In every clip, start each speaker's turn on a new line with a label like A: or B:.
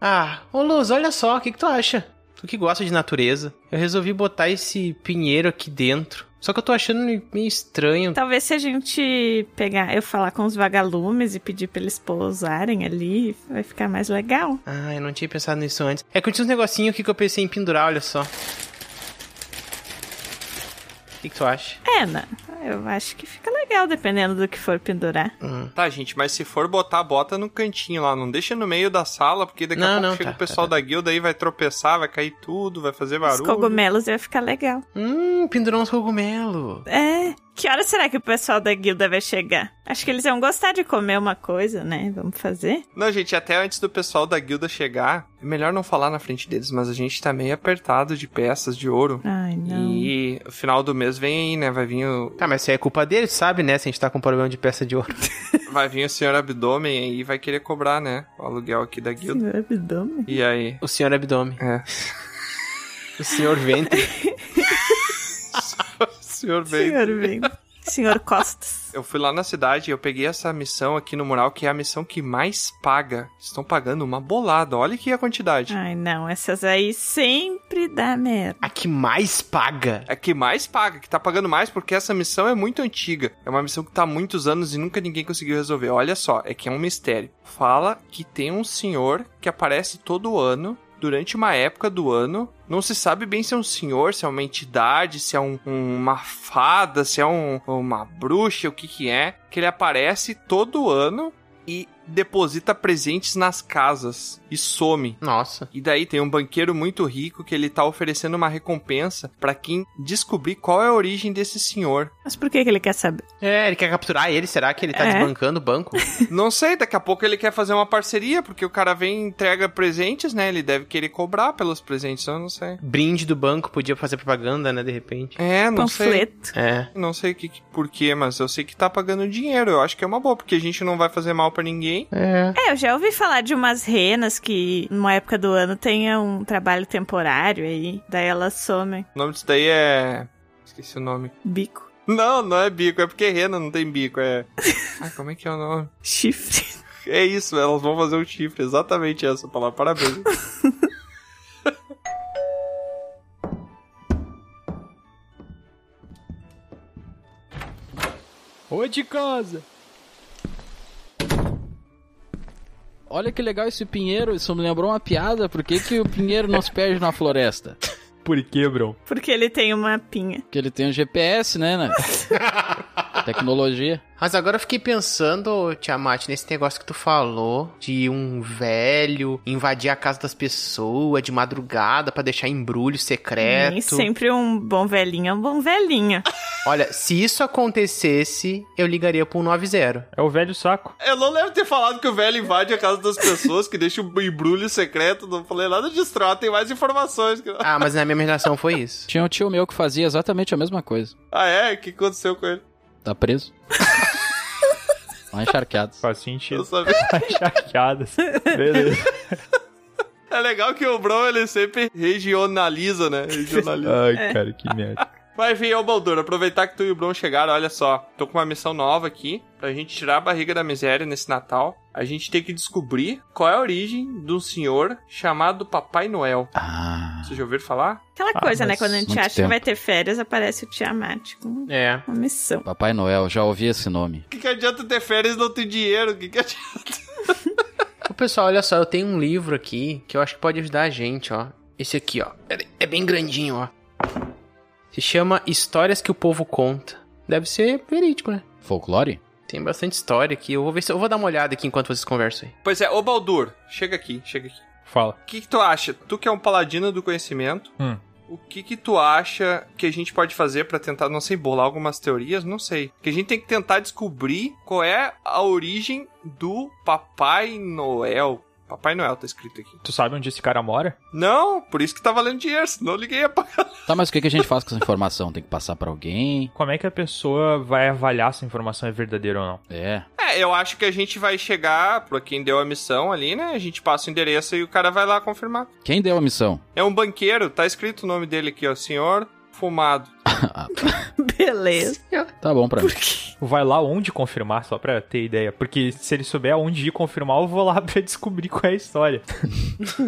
A: Ah, ô Luz, olha só, o que, que tu acha? Tu que gosta de natureza, eu resolvi botar esse pinheiro aqui dentro. Só que eu tô achando meio estranho.
B: Talvez se a gente pegar, eu falar com os vagalumes e pedir pra eles pousarem ali, vai ficar mais legal.
A: Ah, eu não tinha pensado nisso antes. É que eu tinha uns negocinhos aqui que eu pensei em pendurar, olha só. O que, que tu acha?
B: É, né? Eu acho que fica legal dependendo do que for pendurar.
C: Tá, gente, mas se for botar, bota no cantinho lá. Não deixa no meio da sala, porque daqui
A: Não,
C: a pouco
A: não,
C: chega
A: tá,
C: o pessoal da guilda aí, vai tropeçar, vai cair tudo, vai fazer
B: Os
C: barulho.
B: cogumelos ia ficar legal.
A: Hum, pendurar uns cogumelo.
B: É. Que hora será que o pessoal da guilda vai chegar? Acho que eles iam gostar de comer uma coisa, né? Vamos fazer?
C: Não, gente, até antes do pessoal da guilda chegar, é melhor não falar na frente deles, mas a gente tá meio apertado de peças de ouro.
B: Ai, não.
C: E o final do mês vem aí, né? Vai vir o,
A: Tá, mas isso aí é culpa deles, sabe, né? Se a gente tá com problema de peça de ouro.
C: vai vir o senhor abdômen aí e vai querer cobrar, né? O aluguel aqui da guilda.
B: Meu abdômen.
C: E aí?
A: O senhor abdômen.
C: É.
A: O senhor ventre.
C: o senhor veio.
B: Senhor bem. Senhor Costas.
C: Eu fui lá na cidade e eu peguei essa missão aqui no mural, que é a missão que mais paga. Estão pagando uma bolada. Olha aqui a quantidade.
B: Ai, não. Essas aí sempre dá merda.
A: A que mais paga.
C: É que mais paga, que tá pagando mais, porque essa missão é muito antiga. É uma missão que tá há muitos anos e nunca ninguém conseguiu resolver. Olha só, é que é um mistério. Fala que tem um senhor que aparece todo ano, durante uma época do ano. Não se sabe bem se é um senhor, se é uma entidade, se é um- um- uma fada, se é um- uma bruxa, o que que é. Que ele aparece todo ano e deposita presentes nas casas e some.
A: Nossa.
C: E daí tem um banqueiro muito rico que ele tá oferecendo uma recompensa pra quem descobrir qual é a origem desse senhor.
B: Mas por que, que ele quer saber?
A: É, ele quer capturar ele, será que ele tá
B: É.
A: desbancando o banco?
C: Não sei, daqui a pouco ele quer fazer uma parceria, porque o cara vem e entrega presentes, né? Ele deve querer cobrar pelos presentes, eu não sei.
A: Brinde do banco, podia fazer propaganda, né, de repente.
C: É, não sei.
B: Panfleto.
A: É.
C: Não sei o que, que- por quê, mas eu sei que tá pagando dinheiro. Eu acho que é uma boa, porque a gente não vai fazer mal pra ninguém.
A: É.
B: É, eu já ouvi falar de umas renas que, numa época do ano, tenha um trabalho temporário aí. Daí elas somem.
C: O nome disso daí é. Esqueci o nome.
B: Bico.
C: Não, não é bico, é porque rena não tem bico, é. Ah, como é que é o nome?
B: Chifre.
C: É isso, elas vão fazer um chifre, exatamente essa palavra. Parabéns.
D: Ô de casa! Olha que legal esse pinheiro, isso me lembrou uma piada, por que, que o pinheiro não se perde na floresta?
A: Por que, bro?
B: Porque ele tem uma pinha.
D: Porque ele tem um GPS, né, né? Tecnologia.
A: Mas agora eu fiquei pensando, Tiamat, nesse negócio que tu falou de um velho invadir a casa das pessoas de madrugada pra deixar embrulho secreto.
B: Nem sempre um bom velhinho é um bom velhinho.
A: Olha, se isso acontecesse, eu ligaria pro um 90.
E: É o velho saco.
C: Eu não lembro de ter falado que o velho invade a casa das pessoas, que deixa um embrulho secreto. Não falei nada disso, troca, tem mais informações. que-
A: Ah, mas na minha imaginação foi isso.
D: Tinha um tio meu que fazia exatamente a mesma coisa.
C: Ah, é? O que aconteceu com ele?
D: Tá preso? Lá encharqueado.
E: Faz
C: Eu
E: sentido.
C: sabia.
E: Chateadas. Beleza.
C: É legal que o Bron, ele sempre regionaliza, né? Regionaliza.
E: Ai, cara, que merda.
C: Mas enfim, ô Baldur, aproveitar que tu e o Bron chegaram, olha só. Tô com uma missão nova aqui, pra gente tirar a barriga da miséria nesse Natal. A gente tem que descobrir qual é a origem de um senhor chamado Papai Noel.
D: Ah.
C: Vocês já ouviram falar?
B: Aquela
E: Ah,
B: coisa, né?
E: mas
B: Quando a gente
D: muito
B: acha que
D: tempo.
B: vai ter férias, aparece o Tiamat com
A: É.
B: uma missão.
D: Papai Noel, já ouvi esse nome.
C: O que, que adianta ter férias e não ter dinheiro? O que, que adianta?
A: Ô, pessoal, olha só, eu tenho um livro aqui que eu acho que pode ajudar a gente, ó. Esse aqui, ó. É- É bem grandinho, ó. Se chama Histórias que o Povo Conta. Deve ser verídico, né?
D: Folclore?
A: Tem bastante história aqui. Eu vou ver se eu vou dar uma olhada aqui enquanto vocês conversam aí.
C: Pois é, ô Baldur, chega aqui, chega aqui.
E: Fala.
C: O que, que tu acha? Tu que é um paladino do conhecimento,
E: Hum.
C: o que que tu acha que a gente pode fazer pra tentar, não sei, bolar algumas teorias? Não sei. Que a gente tem que tentar descobrir qual é a origem do Papai Noel. Papai Noel tá escrito aqui.
E: Tu sabe onde esse cara mora?
C: Não, por isso que tá valendo dinheiro, senão eu liguei a pagar.
D: Tá, mas o que que a gente faz com essa informação? Tem que passar pra alguém?
E: Como é que a pessoa vai avaliar se a informação é verdadeira ou não?
D: É.
C: É, eu acho que a gente vai chegar pra quem deu a missão ali, né? A gente passa o endereço e o cara vai lá confirmar.
D: Quem deu a missão?
C: É um banqueiro, tá escrito o nome dele aqui, ó. Senhor Fumado.
B: Beleza.
D: Tá bom pra mim.
E: Vai lá onde confirmar, só pra ter ideia. Porque se ele souber aonde ir confirmar, eu vou lá pra descobrir qual é a história.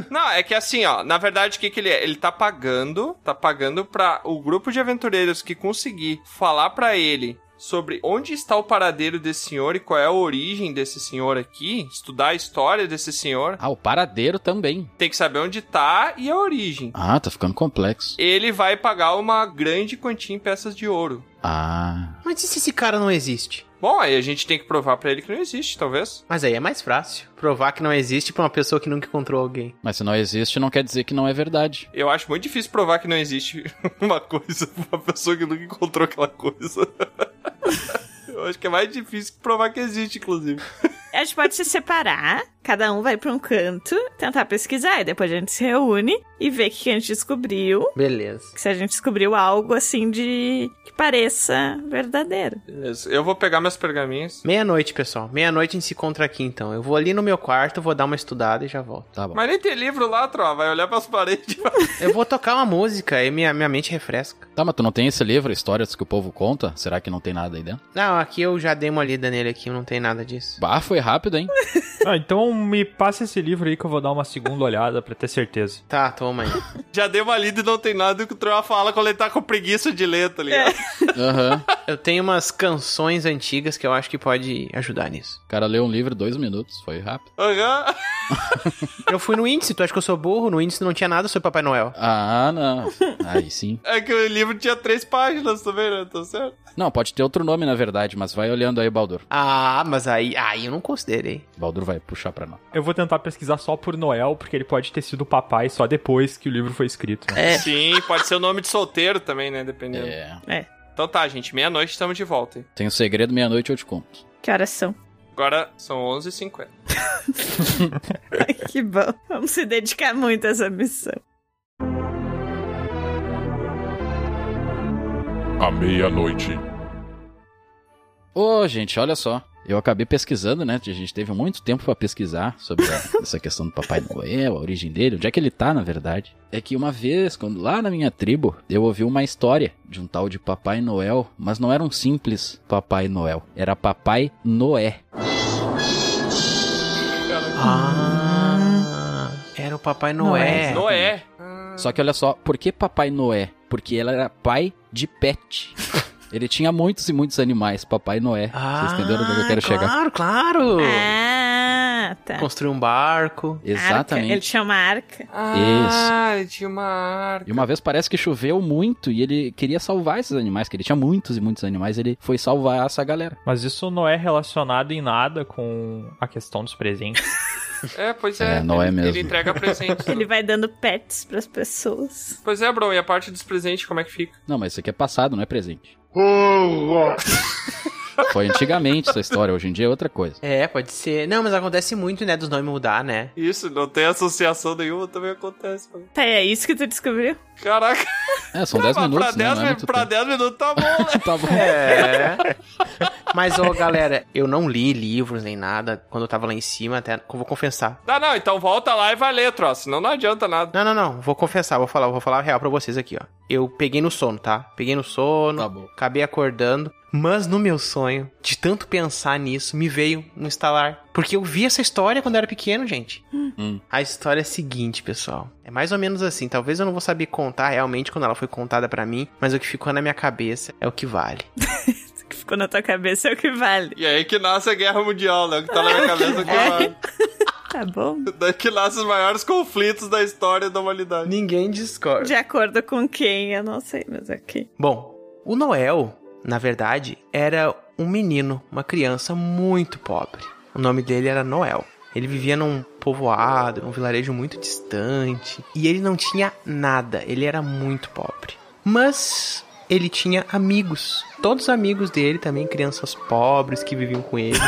C: Não, é que assim, ó, na verdade, o que, que ele é? Ele tá pagando, tá pagando pra o grupo de aventureiros que conseguir falar pra ele sobre onde está o paradeiro desse senhor e qual é a origem desse senhor aqui, estudar a história desse senhor,
D: Ah, o paradeiro também.
C: tem que saber onde tá e a origem.
D: Ah, tá ficando complexo.
C: Ele vai pagar uma grande quantia em peças de ouro.
D: Ah.
A: Mas e se esse cara não existe?
C: Bom, aí a gente tem que provar pra ele que não existe, talvez.
A: Mas aí é mais fácil. Provar que não existe pra uma pessoa que nunca encontrou alguém.
D: Mas se não existe, não quer dizer que não é verdade.
C: Eu acho muito difícil provar que não existe uma coisa pra uma pessoa que nunca encontrou aquela coisa. Eu acho que é mais difícil que provar que existe, inclusive.
B: A gente pode se separar, cada um vai pra um canto, tentar pesquisar, e depois a gente se reúne e vê o que a gente descobriu.
A: Beleza.
B: Se a gente descobriu algo assim de. que pareça verdadeiro.
C: Beleza, Eu vou pegar meus pergaminhos.
A: Meia-noite, pessoal. Meia-noite a gente se encontra aqui, então. Eu vou ali no meu quarto, vou dar uma estudada e já volto.
D: Tá bom.
C: Mas nem tem livro lá, Tro. Vai olhar pras paredes.
A: Eu vou tocar uma música e minha, minha mente refresca.
D: Tá, mas tu não tem esse livro, Histórias que o Povo Conta? Será que não tem nada aí dentro?
A: Não, aqui eu já dei uma lida nele aqui, não tem nada disso.
D: Bah, foi rápido, hein?
E: Ah, então me passa esse livro aí que eu vou dar uma segunda olhada pra ter certeza.
A: Tá, toma aí.
C: Já dei uma lida e não tem nada que o Tro fala quando ele tá com preguiça de ler, tá ligado?
D: Aham.
A: Eu tenho umas canções antigas que eu acho que pode ajudar nisso.
D: O cara leu um livro em dois minutos, foi rápido.
C: Aham.
A: Eu fui no índice, tu acha que eu sou burro? No índice não tinha nada sobre Papai Noel.
D: Ah, não. Aí sim.
C: É que o livro tinha três páginas também, né? Tá certo?
D: Não, pode ter outro nome, na verdade, mas vai olhando aí, Baldur.
A: Ah, mas aí, aí eu não considerei.
D: Baldur vai puxar pra nós.
E: Eu vou tentar pesquisar só por Noel, porque ele pode ter sido papai só depois que o livro foi escrito. né?
A: É.
C: Sim, pode ser o nome de solteiro também, né? Dependendo.
D: É.
C: Então tá, gente. Meia-noite estamos de volta. hein?
D: Tem um segredo, meia-noite eu te conto.
B: Que horas são?
C: Agora são 11h50.
B: Ai, que bom. Vamos se dedicar muito a essa missão.
F: à meia-noite.
D: Ô, gente, olha só. Eu acabei pesquisando, né? A gente teve muito tempo pra pesquisar sobre a- essa questão do Papai Noel, a origem dele, onde é que ele tá, na verdade. É que uma vez, quando lá na minha tribo, eu ouvi uma história de um tal de Papai Noel, mas não era um simples Papai Noel, era Papai Noé.
A: Ah, era o Papai
D: é
A: Noé.
C: Noé.
D: Só que olha só, por que Papai Noé? Porque ele era pai de pet. Ele tinha muitos e muitos animais, Papai Noé.
A: Ah,
D: Vocês entenderam onde é eu quero chegar?
A: Claro, claro.
B: É. Ah, tá.
A: Construir um barco.
B: Arca. Ele
D: Exatamente.
B: chama arca.
C: Ah, ele tinha uma arca.
D: E uma vez parece que choveu muito e ele queria salvar esses animais, que ele tinha muitos e muitos animais, ele foi salvar essa galera.
E: Mas isso não é relacionado em nada com a questão dos presentes.
C: É, pois é.
D: É, Noé
C: ele,
D: mesmo.
C: Ele entrega presente.
B: Ele vai dando pets pras pessoas.
C: Pois é, bro. E a parte dos presentes, como é que fica?
D: Não, mas isso aqui é passado, não é presente. Foi antigamente essa história, hoje em dia é outra coisa.
A: É, pode ser. Não, mas acontece muito, né, dos nomes mudar, né?
C: Isso, não tem associação nenhuma, também acontece. mano.
B: Tá, é isso que tu descobriu?
C: Caraca,
D: É, são 10
C: mas
D: minutos,
C: pra,
D: né?
C: 10,
D: não é muito
C: pra
D: tempo.
C: 10 minutos tá bom, né?
D: Tá bom.
A: É. mas, ô, galera, eu não li livros nem nada quando eu tava lá em cima, até. eu Vou confessar.
C: Não, não, então volta lá e vai ler, troço. Senão não adianta nada.
A: Não, não, não. Vou confessar, vou falar, vou falar a real pra vocês aqui, ó. Eu peguei no sono, tá? Peguei no sono,
D: Tá bom.
A: acabei acordando. Mas no meu sonho, de tanto pensar nisso, me veio um instalar. Porque eu vi essa história quando eu era pequeno, gente.
D: Hum.
A: A história é a seguinte, pessoal. É mais ou menos assim. Talvez eu não vou saber contar realmente quando ela foi contada pra mim, mas o que ficou na minha cabeça é o que vale.
B: O que ficou na tua cabeça é o que vale.
C: E aí que nasce a guerra mundial, né? O que tá na minha cabeça que vai.
B: Tá bom?
C: Daí que nasce os maiores conflitos da história da humanidade.
A: Ninguém discorda.
B: De acordo com quem, eu não sei, mas ok.
A: Bom, o Noel, na verdade, era um menino, uma criança muito pobre. O nome dele era Noel. Ele vivia num povoado, num vilarejo muito distante, e ele não tinha nada, ele era muito pobre. Mas ele tinha amigos, todos amigos dele também, crianças pobres que viviam com ele.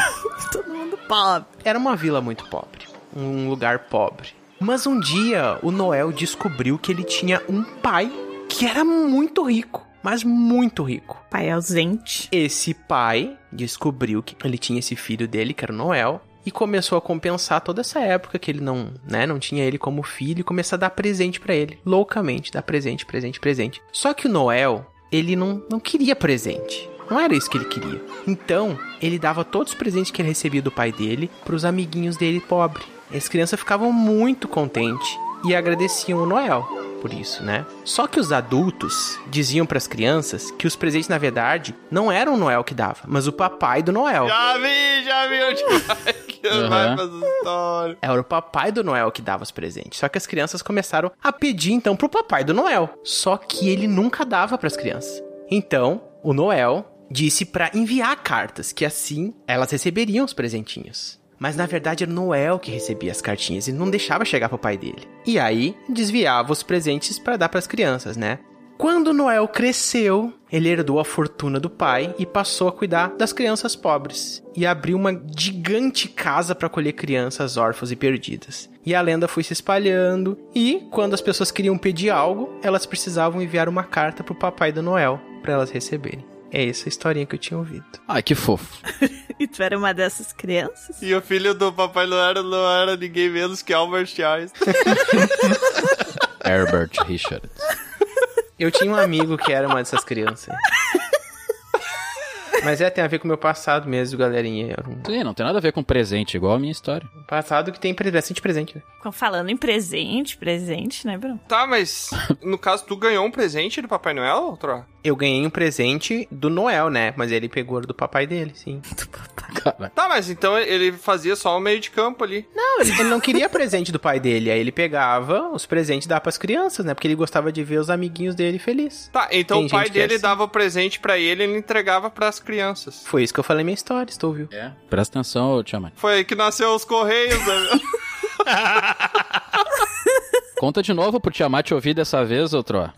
B: Todo mundo pobre.
A: Era uma vila muito pobre, um lugar pobre. Mas um dia o Noel descobriu que ele tinha um pai que era muito rico, mas muito rico.
B: Pai ausente.
A: Esse pai descobriu que ele tinha esse filho dele, que era o Noel, e começou a compensar toda essa época que ele não, né, não tinha ele como filho, e começou a dar presente pra ele, loucamente, dar presente, presente, presente. Só que o Noel, ele não, não queria presente. Não era isso que ele queria. Então, ele dava todos os presentes que ele recebia do pai dele para os amiguinhos dele pobre. E as crianças ficavam muito contentes e agradeciam o Noel por isso, né? Só que os adultos diziam para as crianças que os presentes, na verdade, não eram o Noel que dava, mas o papai do Noel.
C: Já vi, já vi onde vai que
D: Uhum.
C: vai fazer história.
A: Era o papai do Noel que dava os presentes. Só que as crianças começaram a pedir então pro papai do Noel. Só que ele nunca dava pras crianças. Então, o Noel disse pra enviar cartas, que assim elas receberiam os presentinhos. Mas na verdade era o Noel que recebia as cartinhas e não deixava chegar pro pai dele. E aí desviava os presentes pra dar pras crianças, né? Quando o Noel cresceu, ele herdou a fortuna do pai e passou a cuidar das crianças pobres e abriu uma gigante casa para acolher crianças órfãs e perdidas. E a lenda foi se espalhando e quando as pessoas queriam pedir algo, elas precisavam enviar uma carta pro papai do Noel para elas receberem. É essa a historinha que eu tinha ouvido.
D: Ai, que fofo.
B: E tu era uma dessas crianças?
C: E o filho do Papai Noel não era ninguém menos que Albert Einstein.
D: Herbert Richards.
A: Eu tinha um amigo que era uma dessas crianças. Mas é, tem a ver com o meu passado mesmo, galerinha. Era um
D: Sim, não tem nada a ver com presente, igual a minha história.
A: passado que tem pre- bastante presente, né?
B: Ficam falando em presente, presente, né, Bruno?
C: Tá, mas no caso, tu ganhou um presente do Papai Noel, Tro?
A: Eu ganhei um presente do Noel, né? Mas ele pegou do papai dele, sim.
D: Caraca.
C: Tá, mas então ele fazia só o meio de campo ali.
A: Não, ele, ele não queria presente do pai dele. Aí ele pegava os presentes e dava pras crianças, né? Porque ele gostava de ver os amiguinhos dele felizes.
C: Tá, então
A: Tem
C: o pai
A: gente que é
C: dele
A: assim.
C: dava o presente pra ele e ele entregava pras crianças.
A: Foi isso que eu falei minha história, estou viu?
D: É. Presta atenção, ô Tiamat.
C: Foi aí que nasceu os Correios. né?
D: Conta de novo pro Tiamat ouvir dessa vez, ô Tro.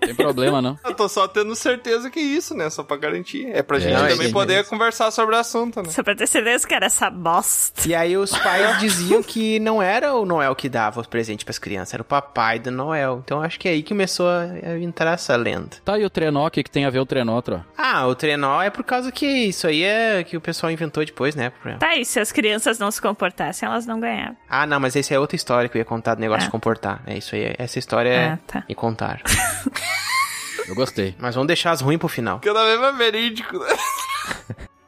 D: Tem problema, não.
C: Eu tô só tendo certeza que isso, né? Só pra garantir. É pra
D: É,
C: gente
D: é
C: também
A: isso
C: poder
A: mesmo.
C: conversar sobre o assunto, né?
B: Só pra ter certeza que era essa bosta.
A: E aí os pais diziam que não era o Noel que dava os presentes pras crianças, era o papai do Noel. Então acho que é aí que começou a a entrar essa lenda.
D: Tá, e o trenó, o que, que tem a ver o trenó, Tro?
A: Ah, o trenó é por causa que isso aí é que o pessoal inventou depois, né? pra-
B: Tá, e se as crianças não se comportassem, elas não ganhavam.
A: Ah, não, mas essa é outra história que eu ia contar do negócio
B: Ah.
A: de comportar. É isso aí, essa história é
B: Ah, tá.
A: me contar.
D: Eu gostei.
A: Mas vamos deixar as ruins pro final.
C: Porque eu também é verídico, né?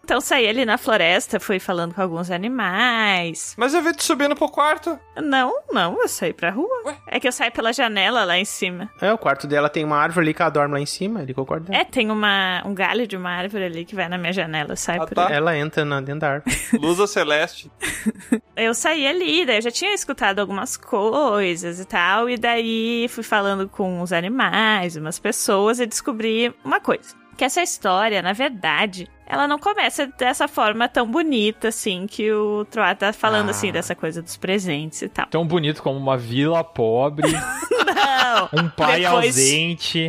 B: Então saí ali na floresta, fui falando com alguns animais.
C: Mas eu vi tu subindo pro quarto.
B: Não, não, eu saí pra rua.
C: Ué?
B: É que eu saí pela janela lá em cima.
A: É, o quarto dela tem uma árvore ali que ela dorme lá em cima, ele
C: Hum.
A: concorda.
B: É, tem uma, um galho de uma árvore ali que vai na minha janela, eu saio
C: Ah,
B: por
C: tá.
B: ali.
A: Ela entra na, dentro da árvore.
C: Luza Celeste.
B: Eu saí ali, daí eu já tinha escutado algumas coisas e tal, e daí fui falando com uns animais, umas pessoas, e descobri uma coisa. Que essa história, na verdade, ela não começa dessa forma tão bonita, assim, que o Troá tá falando,
A: Ah.
B: assim, dessa coisa dos presentes e tal.
E: Tão bonito como uma vila pobre,
B: Não!
E: um pai
B: Depois-
E: ausente.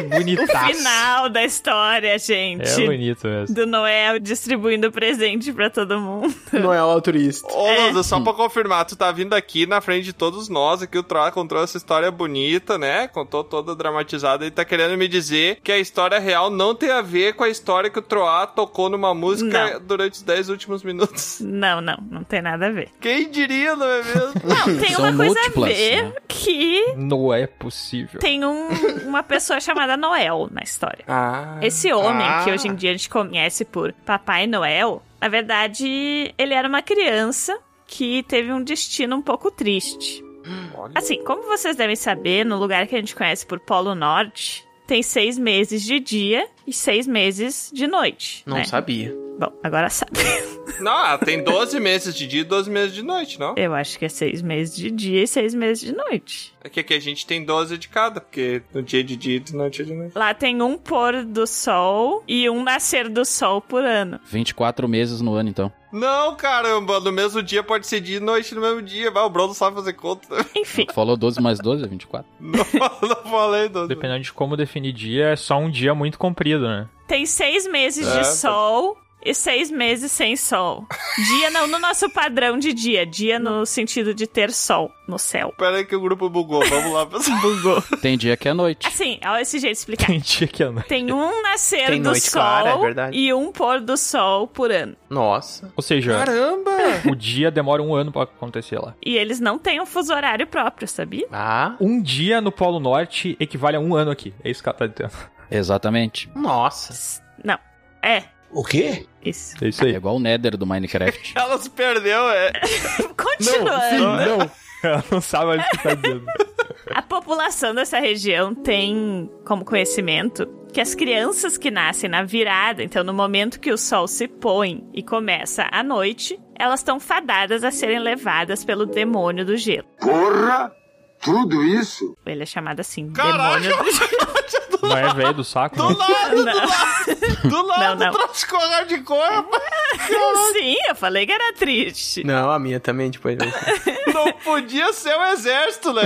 B: o
E: bonitaço.
B: final da história,
E: É
B: gente.
E: bonito mesmo.
B: do Noel distribuindo presente pra todo mundo.
A: Noel altruísta.
C: Ô, Luza, só pra confirmar, tu tá vindo aqui na frente de todos nós, aqui o Troá contou essa história bonita, né? Contou toda dramatizada e tá querendo me dizer que a história real não tem a ver com a história que o Troá tocou numa música durante os 10 últimos minutos.
B: Não, não, não tem nada a ver.
C: Quem diria, não é mesmo?
B: Não, tem
D: São
B: uma coisa a
D: múltiplas,
B: ver
D: né?
B: que
E: Não é possível.
B: tem um- uma pessoa chamada Noel na história.
C: ah.
B: Esse homem,
A: Ah.
B: que hoje em dia a gente conhece por Papai Noel, na verdade, ele era uma criança que teve um destino um pouco triste.
A: Hum.
C: Olha.
B: Assim, como vocês devem saber, no lugar que a gente conhece por Polo Norte, tem seis meses de dia e seis meses de noite.
A: Não
B: né?
A: sabia.
B: Bom, agora sabe.
C: Não, ah, tem 12 meses de dia e 12 meses de noite, não?
B: Eu acho que é seis meses de dia e seis meses de noite.
C: É que aqui a gente tem 12 de cada, porque no dia de dia e noite é de noite.
B: Lá tem um pôr do sol e um nascer do sol por ano.
D: 24 meses no ano, então.
C: Não, caramba, no mesmo dia pode ser dia e noite no mesmo dia. Vai, o Bruno sabe fazer conta.
B: Enfim,
D: Tu falou 12 mais 12 é 24?
C: Não, não falei, 12.
E: Dependendo de como definir dia, é só um dia muito comprido, né?
B: tem seis meses
C: É,
B: de
C: tá.
B: sol e seis meses sem sol. Dia não no nosso padrão de dia, dia no sentido de ter sol no céu.
C: Pera aí que o grupo bugou. Vamos lá, pessoal. Bugou.
D: Tem dia que é noite.
B: Assim, olha esse jeito de explicar.
E: Tem dia que é noite.
B: Tem um nascer
A: Tem
B: do
A: noite
B: sol
A: clara, é verdade.
B: e um pôr do sol por ano.
A: Nossa.
E: Ou seja,
C: Caramba!
E: o dia demora um ano pra acontecer lá.
B: E eles não têm um fuso horário próprio, sabia?
A: Ah.
E: Um dia no Polo Norte equivale a um ano aqui. É isso que ela tá dizendo.
D: Exatamente.
A: Nossa.
B: Não. É,
F: O quê?
B: isso.
E: É isso
D: É
E: aí.
D: igual o Nether do Minecraft.
C: Ela se perdeu, é.
B: Continuando.
E: Ela não sabe mais o que tá dizendo.
B: A população dessa região tem como conhecimento que as crianças que nascem na virada, então no momento que o sol se põe e começa a noite, elas estão fadadas a serem levadas pelo demônio do gelo.
G: Porra! Tudo isso?
B: Ele é chamado assim,
C: Caraca!
B: demônio do gelo.
E: Não é velho do saco, não.
C: lado, do lado, do
B: lado, Não, não.
C: traficou de cor, rapaz.
B: Sim, eu falei que era triste.
A: Não, a minha também depois. vai ser.
C: Não podia ser o exército, né?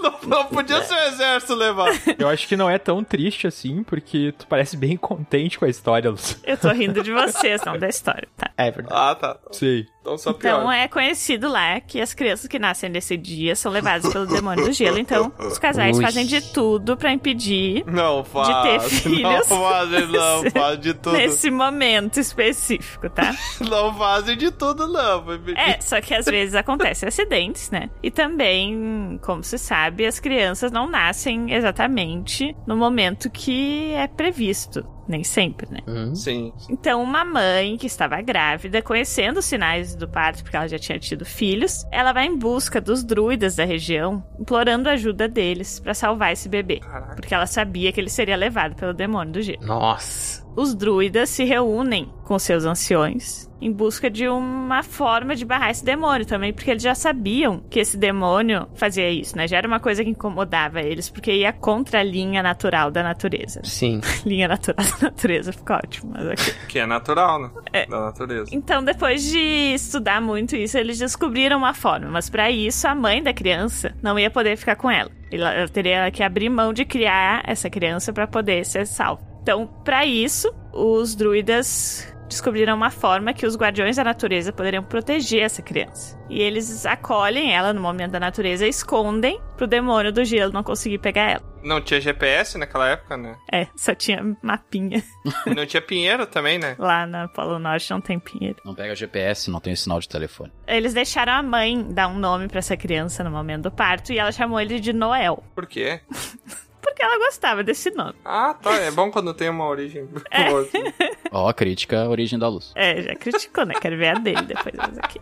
C: Não, não podia ser o exército levar.
E: Eu acho que não é tão triste assim, porque tu parece bem contente com a história, Luz.
B: Eu tô rindo de vocês, não da história, tá?
A: É verdade.
C: Ah, tá.
E: Sei.
C: Então só pior.
B: Então é conhecido lá que as crianças que nascem nesse dia são levadas pelo demônio do gelo. Então os casais
D: Ui.
B: fazem de tudo pra impedir
C: Não faz.
B: é ter filhos.
C: Não fazem, não. Faz de tudo.
B: nesse momento específico, tá?
C: Não fazem de tudo, não.
B: É, só que às vezes acontecem acidentes, né? E também, como se sabe, as crianças não nascem exatamente no momento que é previsto. Nem sempre, né?
A: Hum.
C: Sim.
B: Então, uma mãe que estava grávida, conhecendo os sinais do parto, porque ela já tinha tido filhos, ela vai em busca dos druidas da região, implorando a ajuda deles pra salvar esse bebê.
C: Caraca.
B: Porque ela sabia que ele seria levado pelo demônio do gelo
A: Nossa.
B: os druidas se reúnem com seus anciões em busca de uma forma de barrar esse demônio também, porque eles já sabiam que esse demônio fazia isso, né? Já era uma coisa que incomodava eles, porque ia contra a linha natural da natureza. né?
A: Sim.
B: linha natural da natureza, ficou ótimo, mas ok.
C: Que é natural, né? Da natureza.
B: Então, depois de estudar muito isso, eles descobriram uma forma, mas pra isso a mãe da criança não ia poder ficar com ela. Ela ela teria que abrir mão de criar essa criança pra poder ser salva. Então, pra isso, os druidas descobriram uma forma que os guardiões da natureza poderiam proteger essa criança. E eles acolhem ela no momento da natureza e escondem pro demônio do gelo não conseguir pegar ela.
C: Não tinha GPS naquela época, né?
B: É, só tinha mapinha.
C: E não tinha pinheiro também, né?
B: Lá na Polo Norte não tem pinheiro.
D: Não pega GPS, não tem sinal de telefone.
B: Eles deixaram a mãe dar um nome pra essa criança no momento do parto e ela chamou ele de Noel,
C: Por quê?
B: porque ela gostava desse nome.
C: Ah, tá. É bom quando tem uma origem. É.
D: Ó, a crítica à origem da luz.
B: É, já criticou, né? Quero ver a dele depois mas aqui.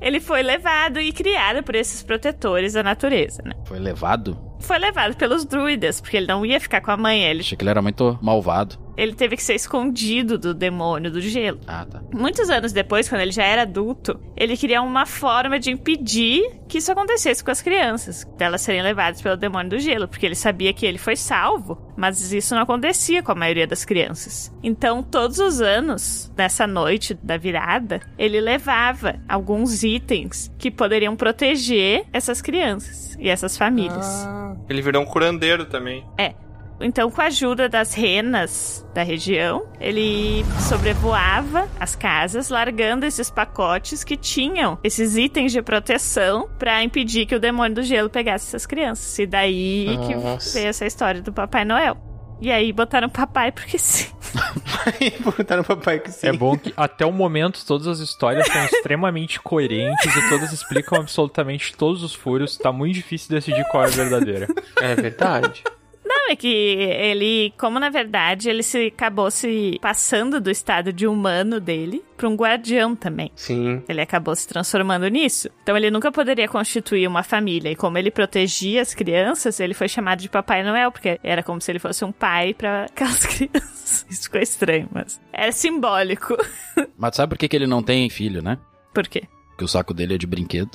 B: Ele foi levado e criado por esses protetores da natureza, né?
D: Foi levado?
B: Foi levado pelos druidas, porque ele não ia ficar com a mãe, ele,
D: Achei que ele era muito malvado.
B: ele teve que ser escondido do demônio do gelo.
D: Ah, tá.
B: Muitos anos depois, quando ele já era adulto, ele queria uma forma de impedir que isso acontecesse com as crianças, delas serem levadas pelo demônio do gelo, porque ele sabia que ele foi salvo, mas isso não acontecia com a maioria das crianças. Então, todos os anos, nessa noite da virada, ele levava alguns itens que poderiam proteger essas crianças e essas famílias.
C: Ele virou um curandeiro também.
B: Então, com a ajuda das renas da região, ele sobrevoava as casas, largando esses pacotes que tinham esses itens de proteção pra impedir que o demônio do gelo pegasse essas crianças. E daí que
A: Nossa.
B: veio essa história do Papai Noel. E aí botaram papai porque sim.
A: Perguntaram pro papai que sim.
E: É bom que até o momento todas as histórias são extremamente coerentes e todas explicam absolutamente todos os furos. Tá muito difícil decidir qual é a verdadeira.
A: É verdade.
B: Não, é que ele, como na verdade, ele se acabou se passando do estado de humano dele pra um guardião também.
A: Sim.
B: Ele acabou se transformando nisso. Então ele nunca poderia constituir uma família. E como ele protegia as crianças, ele foi chamado de Papai Noel, porque era como se ele fosse um pai pra aquelas crianças. Isso ficou estranho, mas. Era simbólico.
D: Mas sabe por que, que ele não tem filho, né?
B: Por quê?
D: Porque o saco dele é de brinquedo.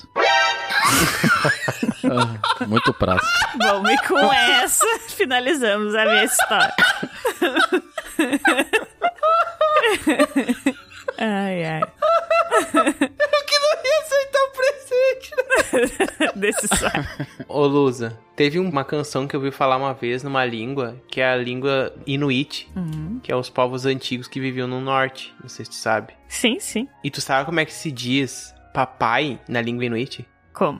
D: Ah, muito prazo.
B: Bom, e com essa, finalizamos a minha história. Ai, ai. Eu que não ia aceitar o presente. né? Desse saco.
A: Ô, Lusa, teve uma canção que eu ouvi falar uma vez numa língua, que é a língua Inuit,
B: Uhum.
A: que é os povos antigos que viviam no norte. Não sei se tu sabe.
B: Sim, sim.
A: E tu sabe como é que se diz papai na língua Inuit?
B: Como?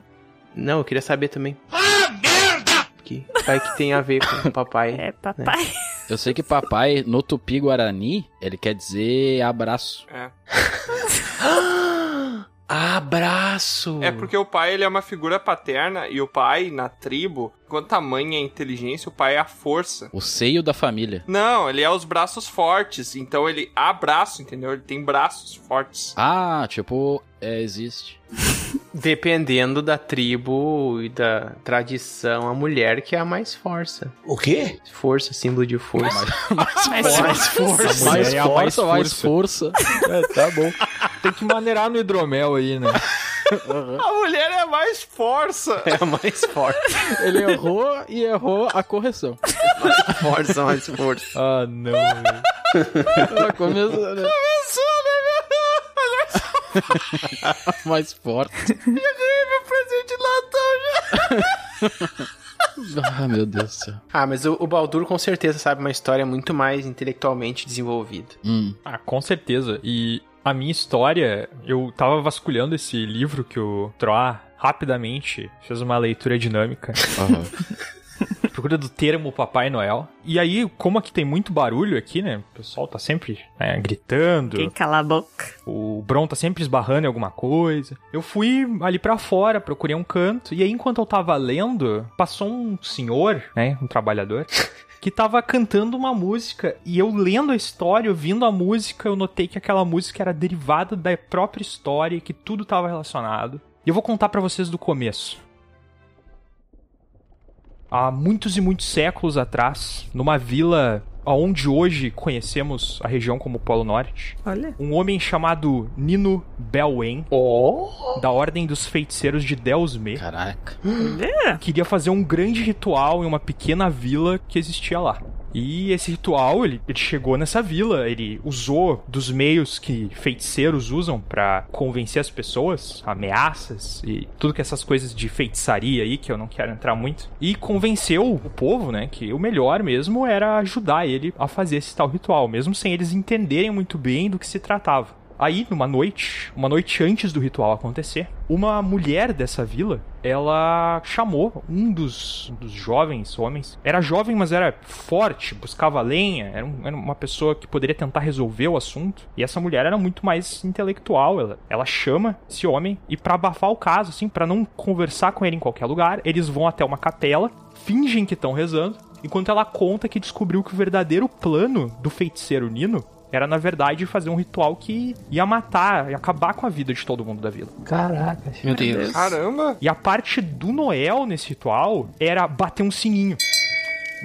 A: Não, eu queria saber também. Ah, merda! Que vai que tem a ver com papai.
B: É papai.
D: Eu sei que papai, no tupi-guarani, ele quer dizer abraço.
C: É.
A: Abraço!
C: É porque o pai ele é uma figura paterna e o pai, na tribo, quanto tamanho é a inteligência, o pai é a força.
D: O seio da família.
C: Não, ele é os braços fortes, então ele há braço, entendeu? Ele tem braços fortes.
D: Ah, tipo, é, existe.
A: Dependendo da tribo e da tradição, a mulher que é a mais força.
F: O quê?
A: Força, símbolo de força.
B: Mas
E: força.
D: Mais
E: é a mais
D: força, mais força.
E: É, tá bom. Tem que maneirar no hidromel aí, né?
C: A mulher é a mais força!
A: É a mais forte.
D: Ele errou e errou a correção.
A: Força, mais força.
E: Ah, não. velho.
D: Ela começou, né? Mais forte. Ah, meu Deus do céu.
A: Ah, mas o, o Baldur com certeza sabe uma história muito mais intelectualmente desenvolvida.
D: Hum.
E: Ah, com certeza. E a minha história, eu tava vasculhando esse livro que o Troá rapidamente fez uma leitura dinâmica.
D: Oh,
E: à Procura do termo Papai Noel. E aí, como aqui tem muito barulho aqui, né? O pessoal tá sempre né, gritando.
B: Quem cala a boca?
E: O Bron tá sempre esbarrando em alguma coisa. Eu fui ali pra fora, procurei um canto, e aí enquanto eu tava lendo, passou um senhor, né, um trabalhador, que tava cantando uma música, e eu lendo a história, ouvindo a música, eu notei que aquela música era derivada da própria história e que tudo tava relacionado. E eu vou contar pra vocês do começo. Há muitos e muitos séculos atrás, numa vila onde hoje conhecemos a região como Polo Norte,
B: Olha.
E: um homem chamado Nino Belwen, da Ordem dos Feiticeiros de Delsme,
D: Caraca.
E: queria fazer um grande ritual em uma pequena vila que existia lá. E esse ritual, ele, ele chegou nessa vila, ele usou dos meios que feiticeiros usam pra convencer as pessoas, ameaças e tudo que essas coisas de feitiçaria aí, que eu não quero entrar muito. E convenceu o povo, né, que o melhor mesmo era ajudar ele a fazer esse tal ritual, mesmo sem eles entenderem muito bem do que se tratava. Aí, numa noite, uma noite antes do ritual acontecer, uma mulher dessa vila, ela chamou um dos, um dos jovens homens. Era jovem, mas era forte, buscava lenha, era, um- era uma pessoa que poderia tentar resolver o assunto. E essa mulher era muito mais intelectual. Ela, ela chama esse homem e, pra abafar o caso, assim, pra não conversar com ele em qualquer lugar, eles vão até uma capela, fingem que estão rezando, enquanto ela conta que descobriu que o verdadeiro plano do feiticeiro Nino era, na verdade, fazer um ritual que ia matar, ia acabar com a vida de todo mundo da vila.
A: Meu Deus.
C: Caramba!
E: E a parte do Noel nesse ritual era bater um sininho.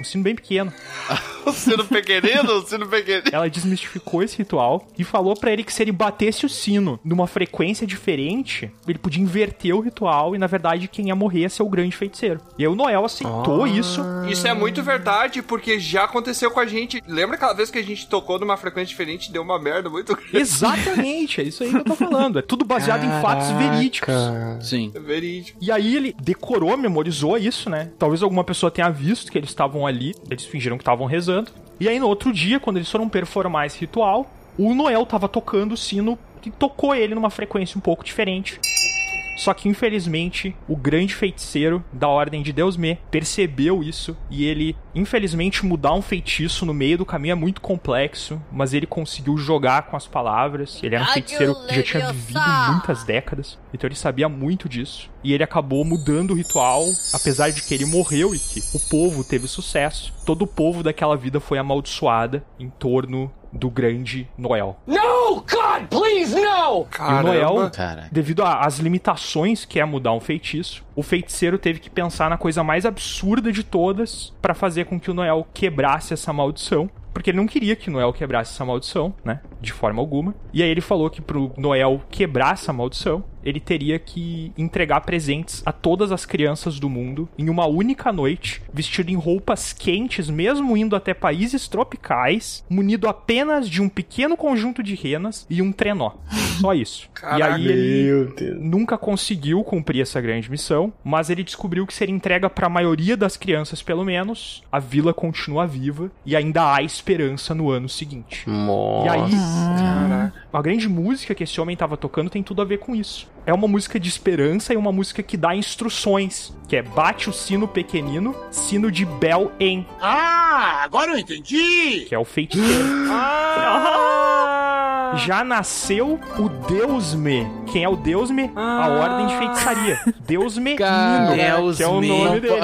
E: Um sino bem pequeno.
C: O sino pequenino, o sino pequenino.
E: Ela desmistificou esse ritual e falou pra ele que se ele batesse o sino numa frequência diferente, ele podia inverter o ritual e, na verdade, quem ia morrer ia ser o grande feiticeiro. E aí o Noel aceitou isso.
C: Isso é muito verdade, porque já aconteceu com a gente. Lembra aquela vez que a gente tocou numa frequência diferente e deu uma merda muito grande?
E: Exatamente, é isso aí que eu tô falando. É tudo baseado em fatos verídicos.
D: Sim.
C: Verídico.
E: E aí ele decorou, memorizou isso, né? Talvez alguma pessoa tenha visto que eles estavam ali, eles fingiram que estavam rezando. E aí no outro dia, quando eles foram performar esse ritual, o Noel tava tocando o sino e tocou ele numa frequência um pouco diferente. Só que infelizmente o grande feiticeiro da Ordem de Deus Me percebeu isso e ele, infelizmente, mudar um feitiço no meio do caminho é muito complexo, mas ele conseguiu jogar com as palavras. Ele era um feiticeiro que já tinha vivido em muitas décadas, então ele sabia muito disso e ele acabou mudando o ritual, apesar de que ele morreu e que o povo teve sucesso. Todo o povo daquela vida foi amaldiçoada em torno do grande Noel.
C: Caramba.
E: E o Noel,
D: Caraca.
E: devido a- às limitações que é mudar um feitiço, o feiticeiro teve que pensar na coisa mais absurda de todas pra fazer com que o Noel quebrasse essa maldição. Porque ele não queria que o Noel quebrasse essa maldição, né? De forma alguma. E aí ele falou que pro Noel quebrar essa maldição, ele teria que entregar presentes a todas as crianças do mundo em uma única noite, vestido em roupas quentes, mesmo indo até países tropicais, munido apenas de um pequeno conjunto de renas e um trenó. Só isso.
C: Caraca.
E: E aí ele nunca conseguiu cumprir essa grande missão, mas ele descobriu que se ele entrega pra maioria das crianças, pelo menos, a vila continua viva e ainda há esperança no ano seguinte. E aí, a grande música que esse homem tava tocando tem tudo a ver com isso. É uma música de esperança e uma música que dá instruções, que é bate o sino pequenino, sino de Bel En,
F: Ah, agora eu entendi!
E: que é o feiticeiro.
C: Ah!
E: já nasceu o Deus-me. Quem é o Deus-me? A
C: Ah.
E: ordem de feitiçaria. Deus-me
D: Cara,
E: Nino, que é o
A: Deus-me.
E: nome dele.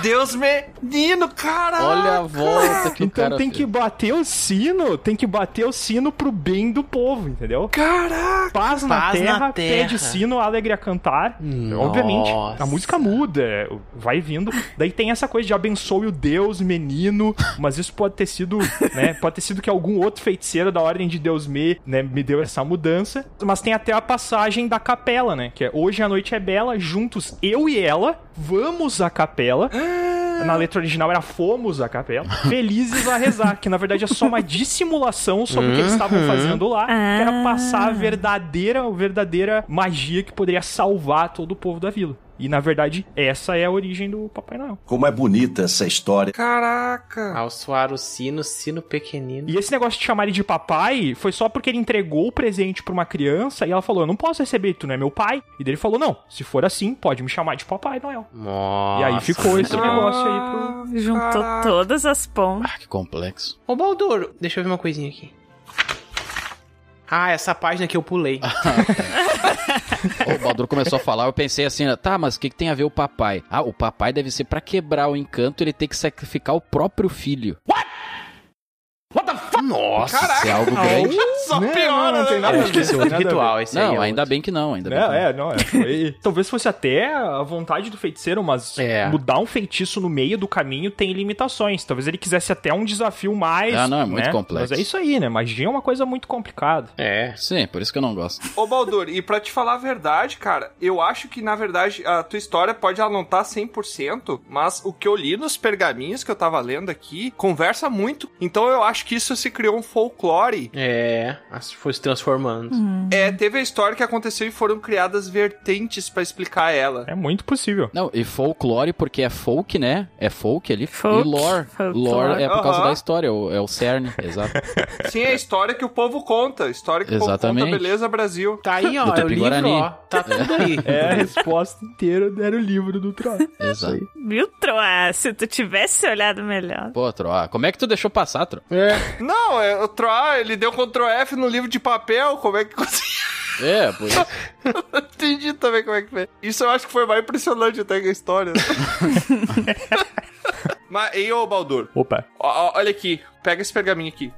C: Deus menino, cara!
D: Olha a volta que o
E: Então
D: cara é.
E: tem
D: fez.
E: que bater o sino, tem que bater o sino pro bem do povo, entendeu?
C: Caraca!
E: Paz, na,
A: Paz na
E: terra,
A: terra.
E: pé de sino, alegre a cantar. Obviamente, a música muda, é, vai vindo. Daí tem essa coisa de abençoe o Deus, menino, mas isso pode ter sido, né? Pode ter sido que algum outro feiticeiro da ordem de Deus me, né, me deu essa mudança. Mas tem até a passagem da capela, né? Que é hoje a noite é bela, juntos eu e ela, vamos à capela. Na letra original era Fomos à Capela. Felizes a rezar, que na verdade é só uma dissimulação sobre o que eles estavam fazendo lá, que era passar a verdadeira, a verdadeira magia que poderia salvar todo o povo da vila. E na verdade, essa é a origem do Papai Noel.
F: Como é bonita essa história.
C: Caraca!
A: Ao soar o sino, sino pequenino.
E: E esse negócio de chamar ele de papai foi só porque ele entregou o presente pra uma criança e ela falou: Eu não posso receber, tu não é meu pai. E daí ele falou: Não, se for assim, pode me chamar de Papai Noel.
A: Nossa.
E: E aí ficou esse negócio aí pro.
B: Juntou
C: Caraca.
B: todas as pontas.
D: Ah, que complexo.
A: Ô, Baldur, deixa eu ver uma coisinha aqui. Ah, essa página que eu pulei.
D: Ô, O Baldur começou a falar, eu pensei assim, né, tá, mas o que, que tem a ver o papai? Ah, o papai deve ser pra quebrar o encanto, ele tem que sacrificar o próprio filho.
A: Nossa.
D: Isso é algo grande.
C: Só piora,
E: não um tem
C: né?
E: nada a
A: Acho que
E: ver.
A: esse é
E: Nada
A: outro
E: a ver.
A: ritual, esse aí.
D: Não,
A: é
D: ainda bem que não, ainda bem. que
E: Não,
D: não.
E: é, não, é. Foi... Talvez fosse até a vontade do feiticeiro, mas
A: É.
E: mudar um feitiço no meio do caminho tem limitações. Talvez ele quisesse até um desafio mais.
D: Ah, não, é muito
E: né?
D: complexo.
E: Mas é isso aí, né? Magia é uma coisa muito complicada.
A: outro. É.
D: Sim, por isso que eu não gosto.
C: Ô, Baldur, e pra te falar a verdade, cara, eu acho que, na verdade, a tua história pode ela não tá 100%, mas o que eu li nos pergaminhos que eu tava lendo aqui conversa muito. Então eu acho que isso se criou um folclore.
A: É. As- Foi se transformando.
B: Hum.
C: É, teve a história que aconteceu e foram criadas vertentes pra explicar ela.
E: É muito possível.
D: Não, e folclore, porque é folk, né? É folk ali.
B: Folk,
D: e lore.
B: folclore.
D: Lore é por causa
C: Aham.
D: da história, é o, é o cerne, exato.
C: Sim, é a história que o povo conta. História que o
D: Exatamente.
C: povo conta, beleza, Brasil.
A: Tá aí, ó.
D: Do
A: É o
D: Tupi
A: livro,
D: Guarani.
A: ó. Tá tudo aí.
E: É, a resposta inteira era o livro do Troy.
D: Exato.
B: Viu, Troá? Se tu tivesse olhado melhor.
D: Pô, Tro, ah, como é que tu deixou passar, Tro?
C: Não, é, o Troá, ele deu Ctrl F no livro de papel. Como é que conseguiu?
D: É, por isso.
C: Entendi também como é que foi. Isso eu acho que foi mais impressionante até que a história. Mas, e ô, Baldur?
E: Opa.
C: Ó, ó, olha aqui, pega esse pergaminho aqui.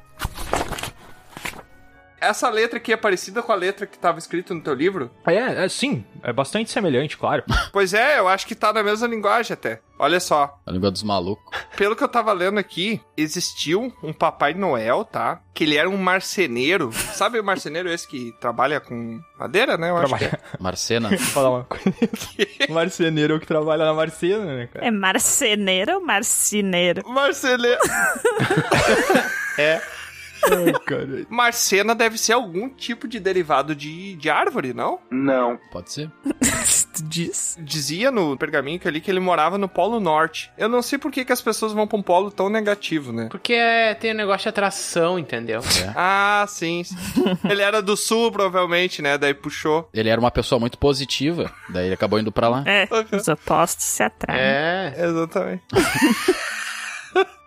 C: Essa letra aqui é parecida com a letra que tava escrito no teu livro?
E: É, é, sim, é bastante semelhante, claro.
C: Pois é, eu acho que tá na mesma linguagem até. Olha só,
D: A língua dos malucos.
C: Pelo que eu tava lendo aqui, existiu um Papai Noel, tá? Que ele era um marceneiro. Sabe o marceneiro esse que trabalha com madeira, né? Eu acho que é.
E: Trabalha.
D: Marcena.
E: Falar uma coisa. O Marceneiro é o que trabalha na Marcena, né, cara?
B: É marceneiro ou marcineiro?
C: Marceneiro.
E: Ai, cara.
C: É. Marcena deve ser algum tipo de derivado de, de árvore, não?
G: Não.
D: Pode ser?
B: tu diz?
C: Dizia no pergaminho que ali que ele morava no Polo Norte. Eu não sei por que, que as pessoas vão pra um polo tão negativo, né?
A: Porque é- tem um negócio de atração, entendeu?
C: Ah, sim. sim. ele era do sul, provavelmente, né? Daí puxou.
D: Ele era uma pessoa muito positiva, daí ele acabou indo pra lá.
B: É, os opostos se atraem.
A: É.
C: Exatamente.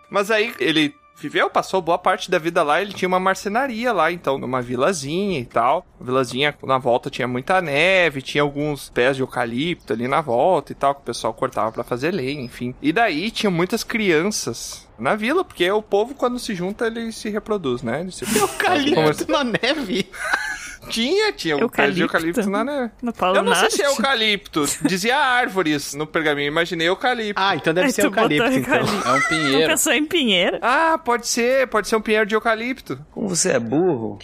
C: Mas aí ele viveu, passou boa parte da vida lá, ele tinha uma marcenaria lá, então, numa vilazinha e tal. A vilazinha na volta tinha muita neve, tinha alguns pés de eucalipto ali na volta e tal, que o pessoal cortava pra fazer lenha, enfim. E daí tinha muitas crianças na vila, porque o povo quando se junta ele se reproduz, né? Ele se...
A: Eucalipto na neve.
C: tinha, tinha um pé de
B: Eucalipto.
C: eucalipto na neve.
B: No Paulo
C: Eu não sei
B: Norte.
C: se é eucalipto, dizia árvores no pergaminho, imaginei eucalipto.
A: Ah, então deve
B: Aí
C: é
A: ser
B: tu botou
A: eucalipto, então.
B: eucalipto.
D: É um
B: Tu
D: pinheiro.
B: pensou em Pinheiro?
C: Ah, pode ser, pode ser um pinheiro de eucalipto.
F: Como você é burro.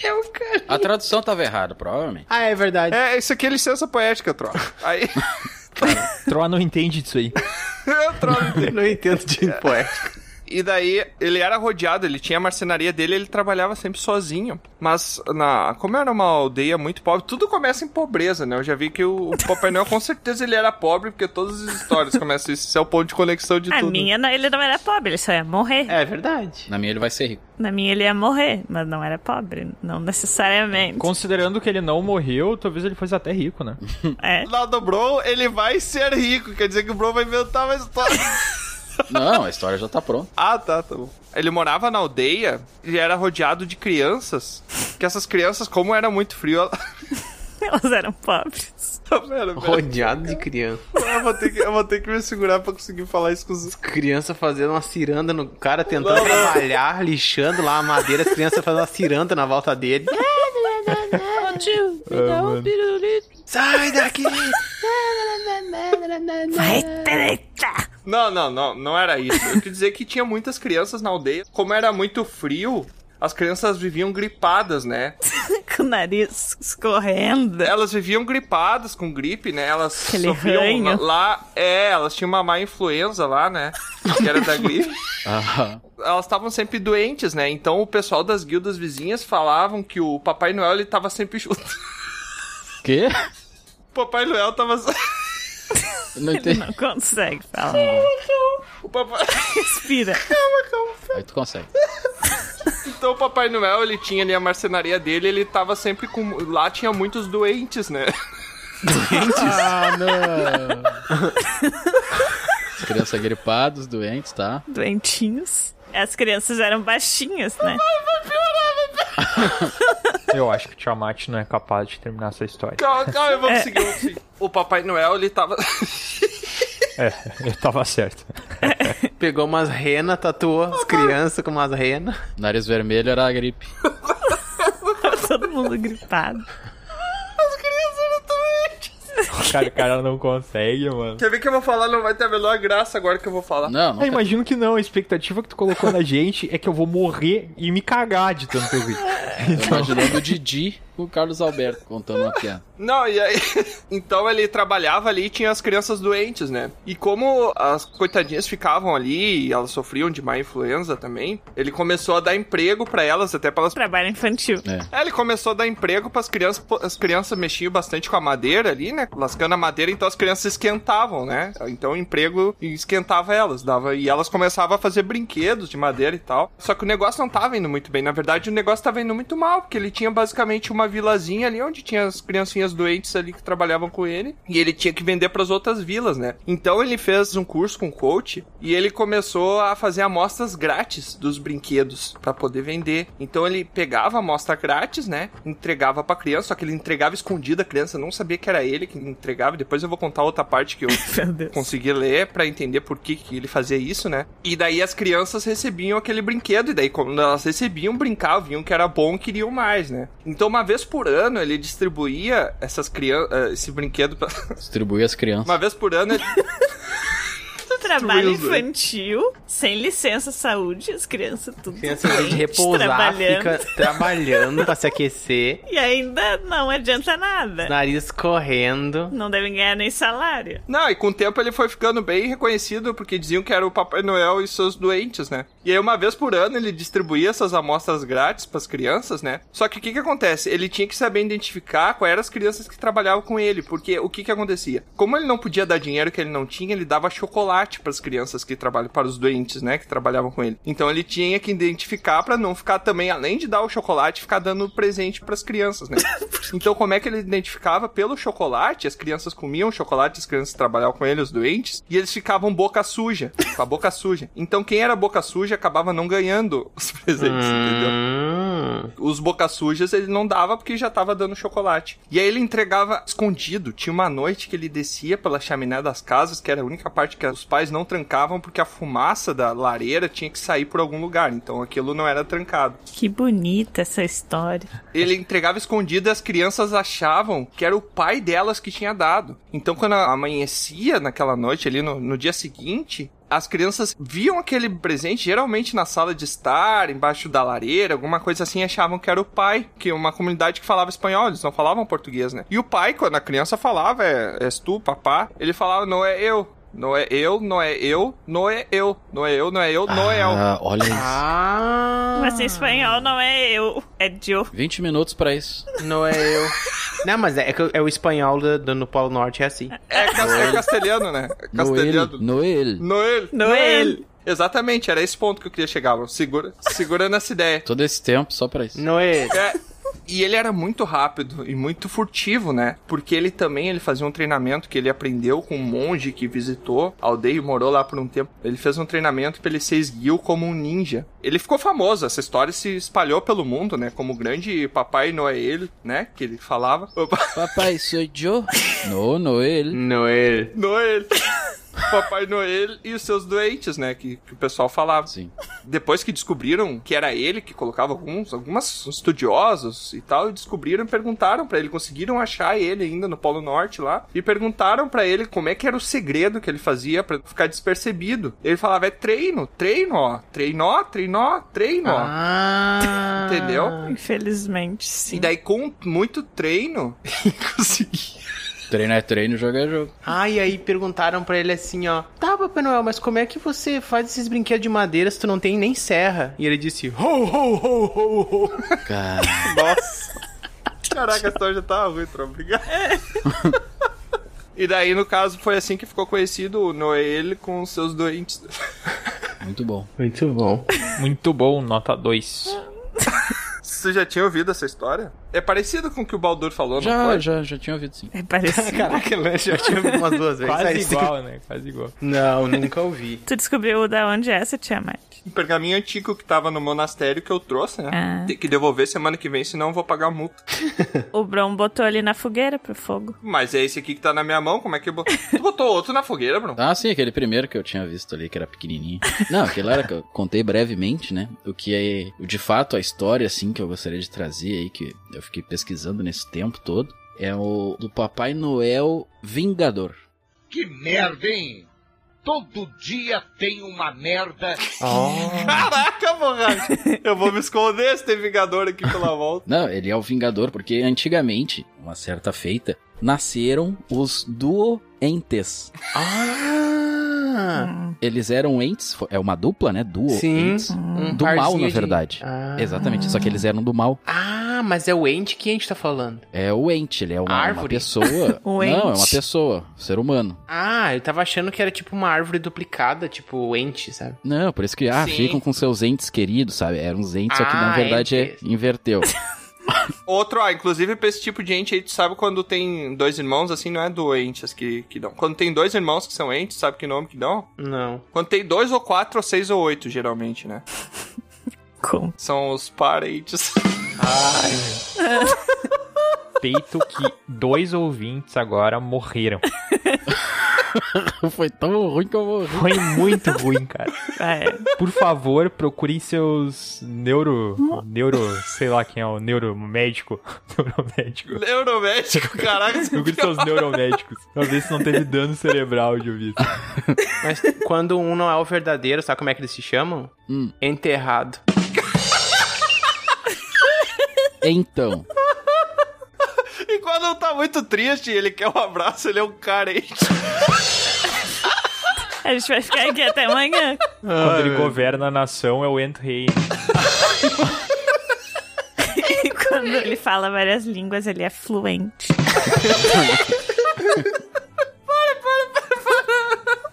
D: A tradução tava errada, provavelmente.
A: Ah, é verdade.
C: É, isso aqui é licença poética, troca. Aí
E: Troy não entende disso aí.
C: eu troco.
A: Não entendo de poética.
C: E daí, ele era rodeado, ele tinha a marcenaria dele, ele trabalhava sempre sozinho. Mas, na, como era uma aldeia muito pobre, tudo começa em pobreza, né? Eu já vi que o, o Papai Noel, com certeza, ele era pobre, porque todas as histórias começam isso. Isso é o ponto de conexão de
B: A
C: tudo.
B: minha, não- ele não era pobre, ele só ia morrer.
A: É verdade.
D: Na minha ele vai ser rico.
B: Na minha, ele ia morrer, mas não era pobre, não necessariamente.
E: Considerando que ele não morreu, talvez ele fosse até rico, né?
B: É.
C: Lá do Bro, ele vai ser rico, quer dizer que o Bro vai inventar uma história.
D: Não, a história já tá pronta.
C: Ah, tá, tá bom. Ele morava na aldeia e era rodeado de crianças. que essas crianças, como era muito frio, ela...
B: Elas eram pobres.
C: Pera, pera.
A: Rodeado de criança.
C: Eu, vou ter que, eu vou ter que me segurar pra conseguir falar isso com os...
A: Criança fazendo uma ciranda no cara, tentando trabalhar, lixando lá a madeira. As crianças fazendo uma ciranda na volta dele.
B: Ô tio, me dá um pirulito.
A: Sai daqui!
B: Vai, treta!
C: Não, não, não, não era isso. Eu quis dizer que tinha muitas crianças na aldeia. Como era muito frio, as crianças viviam gripadas, né?
B: Com o nariz escorrendo.
C: Elas viviam gripadas, com gripe, né? Elas
B: Aquele
C: sofriam
B: ranho.
C: lá- lá... É, elas tinham uma má influenza lá, né? Que era da gripe.
D: Ah,
C: elas estavam sempre doentes, né? Então o pessoal das guildas vizinhas falavam que o Papai Noel ele tava sempre junto.
D: quê?
C: O Papai Noel tava.
D: Não
B: Ele
D: entendi.
B: não consegue falar.
C: O Papai...
B: Respira.
D: Aí tu consegue.
C: Então o Papai Noel ele tinha ali a marcenaria dele, ele tava sempre com. Lá tinha muitos doentes, né?
D: Ah, não! As crianças gripadas, doentes, tá?
B: Doentinhos. As crianças eram baixinhas, né?
E: Eu acho que o Tiamat não é capaz de terminar essa história.
C: Calma, calma, eu vou conseguir. eu vou conseguir. O Papai Noel ele tava.
E: É, eu tava certo.
A: Pegou umas renas, tatuou as crianças com umas renas.
D: Nariz vermelho era a gripe.
B: Todo mundo gripado.
E: Cara, o cara não consegue, mano.
C: Quer ver que eu vou falar? Não vai ter a menor graça agora que eu vou falar.
D: Não,
E: Eu
D: não.
E: imagino que não, a expectativa que tu colocou na gente é que eu vou morrer e me cagar de tanto rir.
D: Imaginando o Didi com o Carlos Alberto contando uma piada.
C: Não, e aí. Então ele trabalhava ali e tinha as crianças doentes, né? E como as coitadinhas ficavam ali e elas sofriam de má influenza também, ele começou a dar emprego pra elas, até pra elas.
B: Trabalho infantil.
C: É, ele começou a dar emprego pras crianças. pô, As crianças mexiam bastante com a madeira ali, né? Lascando a madeira, então as crianças esquentavam, né? Então o emprego esquentava elas, dava. E elas começavam a fazer brinquedos de madeira e tal. Só que o negócio não tava indo muito bem. Na verdade, o negócio tava indo muito mal, porque ele tinha basicamente uma vilazinha ali onde tinha as criancinhas doentes ali que trabalhavam com ele. E ele tinha que vender pras outras vilas, né? Então ele fez um curso com o coach e ele começou a fazer amostras grátis dos brinquedos pra poder vender. Então ele pegava a amostra grátis, né? Entregava pra criança, só que ele entregava escondida, a criança não sabia que era ele que entregava. Depois eu vou contar outra parte que eu
B: Meu Deus.
C: conseguir ler pra entender por que, que ele fazia isso, né? E daí as crianças recebiam aquele brinquedo, e daí quando elas recebiam, brincavam, viam que era bom, queriam mais, né? Então uma vez por ano ele distribuía essas crianças, esse brinquedo pra...
D: Distribuir as crianças.
C: uma vez por ano ele...
B: Do trabalho
C: Wilson.
A: né?
B: infantil, sem licença saúde, as crianças tudo
A: Criança em vez de
B: doente,
A: repousar,
B: trabalhando.
A: fica trabalhando pra se aquecer.
B: E ainda não adianta nada.
A: Nariz correndo.
B: Não devem ganhar nem salário.
C: Não, e com o tempo ele foi ficando bem reconhecido, porque diziam que era o Papai Noel e seus doentes, né? E aí, uma vez por ano, ele distribuía essas amostras grátis pras crianças, né? Só que o que que acontece? Ele tinha que saber identificar quais eram as crianças que trabalhavam com ele, porque o que que acontecia? Como ele não podia dar dinheiro que ele não tinha, ele dava chocolate pras crianças que trabalham, para os doentes, né? Que trabalhavam com ele. Então, ele tinha que identificar pra não ficar também, além de dar o chocolate, ficar dando presente pras crianças, né? Então, como é que ele identificava? Pelo chocolate, as crianças comiam chocolate, as crianças trabalhavam com ele, os doentes, e eles ficavam boca suja, com a boca suja. Então, quem era boca suja acabava não ganhando os presentes, entendeu?
A: Hum.
C: Os boca sujas ele não dava porque já tava dando chocolate. E aí ele entregava escondido. Tinha uma noite que ele descia pela chaminé das casas, que era a única parte que os pais não trancavam porque a fumaça da lareira tinha que sair por algum lugar. Então aquilo não era trancado.
B: Que bonita essa história.
C: Ele entregava escondido e as crianças achavam que era o pai delas que tinha dado. Então, quando amanhecia naquela noite, ali no, no dia seguinte, as crianças viam aquele presente, geralmente na sala de estar, embaixo da lareira, alguma coisa assim, e achavam que era o pai, que é uma comunidade que falava espanhol, eles não falavam português, né? E o pai, quando a criança falava, é, és tu, papá, ele falava, não é eu, não é eu, não é eu, não é eu, não é eu, não é eu, não é eu.
D: Ah, olha isso.
A: Ah!
B: Mas em espanhol não é eu, é Joe.
D: 20 minutos pra isso.
A: Não é eu. Não, mas é, que é o espanhol do, do- no Polo Norte, é assim.
C: É, cas- é castelhano, né? É
D: Noel.
C: Castelhano.
D: Noel.
C: Noel.
B: Noel.
C: Exatamente, era esse ponto que eu queria chegar, mano. Segura, segurando essa ideia.
D: Todo esse tempo só pra isso.
A: Não é.
C: É, E ele era muito rápido e muito furtivo, né? Porque ele também ele fazia um treinamento que ele aprendeu com um monge que visitou a aldeia e morou lá por um tempo. Ele fez um treinamento para ele ser esguio como um ninja. Ele ficou famoso, essa história se espalhou pelo mundo, né? Como o grande papai Noel, né? Que ele falava. Opa.
D: Papai, sou eu? No, Noel.
C: é
A: Noel.
C: Noel. Papai Noel e os seus doentes, né? Que, que o pessoal falava.
D: Sim.
C: Depois que descobriram que era ele que colocava alguns, algumas estudiosos e tal, e descobriram e perguntaram pra ele, conseguiram achar ele ainda no Polo Norte lá, e perguntaram pra ele como é que era o segredo que ele fazia pra ficar despercebido. Ele falava, é treino, treino, ó, treinó, treinó, treino, ó.
A: Ah.
C: Entendeu?
B: Infelizmente, sim.
C: E daí com muito treino, ele conseguia.
D: Treino é treino, jogo é jogo.
A: Ah, e aí perguntaram pra ele assim, ó. Tá, Papai Noel, mas como é que você faz esses brinquedos de madeira se tu não tem nem serra? E ele disse, ho, ho, ho, ho, ho.
D: Cara,
C: Nossa. Caraca, a história já tava ruim, Tron. Obrigado. E daí, no caso, foi assim que ficou conhecido o Noel com os seus doentes.
D: muito bom.
A: Muito bom.
E: Muito bom, nota 2.
C: Você já tinha ouvido essa história? É parecido com o que o Baldur falou, não
D: Já,
C: foi?
D: já, já tinha ouvido sim.
B: É parecido.
A: Caraca, eu já tinha ouvido umas duas vezes.
E: Quase
A: Aí sim.
E: igual, né? Quase igual.
A: Não, nunca ouvi.
B: Tu descobriu da onde é essa tia Mike?
C: Um pergaminho antigo que tava no monastério que eu trouxe, né?
B: Ah.
C: Tem que devolver semana que vem, senão eu vou pagar multa.
B: O Bron botou ali na fogueira pro fogo.
C: Mas é esse aqui que tá na minha mão, como é que eu botou? tu botou outro na fogueira, Bruno?
D: Ah, sim, aquele primeiro que eu tinha visto ali, que era pequenininho. Não, aquele lá era que eu contei brevemente, né? O que é, o de fato, a história, assim, que eu gostaria de trazer aí, que eu fiquei pesquisando nesse tempo todo, é o do Papai Noel Vingador.
H: Que merda, hein? Todo dia tem uma merda.
C: Caraca, borracha! eu vou me esconder se tem vingador aqui pela volta.
D: Não, ele é o Vingador, porque antigamente, uma certa feita, nasceram os duoentes.
A: Ah.
D: Eles eram entes, fo- é uma dupla, né? Duo
A: Sim.
D: entes.
A: Um
D: Do mal,
A: parzinho
D: na
A: de-
D: verdade.
A: Ah.
D: Exatamente, só que eles eram do mal.
A: Ah, mas é o ente que a gente tá falando.
D: É o ente, ele é uma, uma
A: Árvore?
D: pessoa.
B: O
D: Não, é uma
B: ente.
D: pessoa, ser humano.
A: Ah, eu tava achando que era tipo uma árvore duplicada, tipo o ente, sabe?
D: Não, por isso que ah,
C: Sim.
D: ficam com seus entes queridos, sabe? Eram os entes, só que na
A: Ah,
D: verdade é,
A: entes.
D: inverteu.
C: Outro, ó, inclusive pra esse tipo de ente aí, tu sabe quando tem dois irmãos, assim, não é doentes que, que dão. Quando tem dois irmãos que são entes, sabe que nome que dão?
A: Não.
C: Quando tem dois ou quatro, ou seis ou oito, geralmente, né?
B: Com.
C: São os parentes.
E: Peito que dois ouvintes agora morreram.
D: Foi tão ruim que eu morri.
E: Foi muito ruim, cara.
B: Ah, é.
E: Por favor, procurem seus neuro. Neuro. Sei lá quem é o neuromédico. Neuromédico.
C: Neuromédico, caraca. isso
E: Procure
C: aqui, ó.
E: seus neuromédicos. Pra ver se não teve dano cerebral de ouvido.
A: Mas quando um não é o verdadeiro, sabe como é que eles se chamam?
D: Hum.
A: Enterrado.
D: Então,
C: E quando tá muito triste e ele quer um abraço, ele é um carente.
B: A gente vai ficar aqui até amanhã.
E: Quando ele governa a nação, é o Ent Rei.
B: E quando ele fala várias línguas, ele é fluente.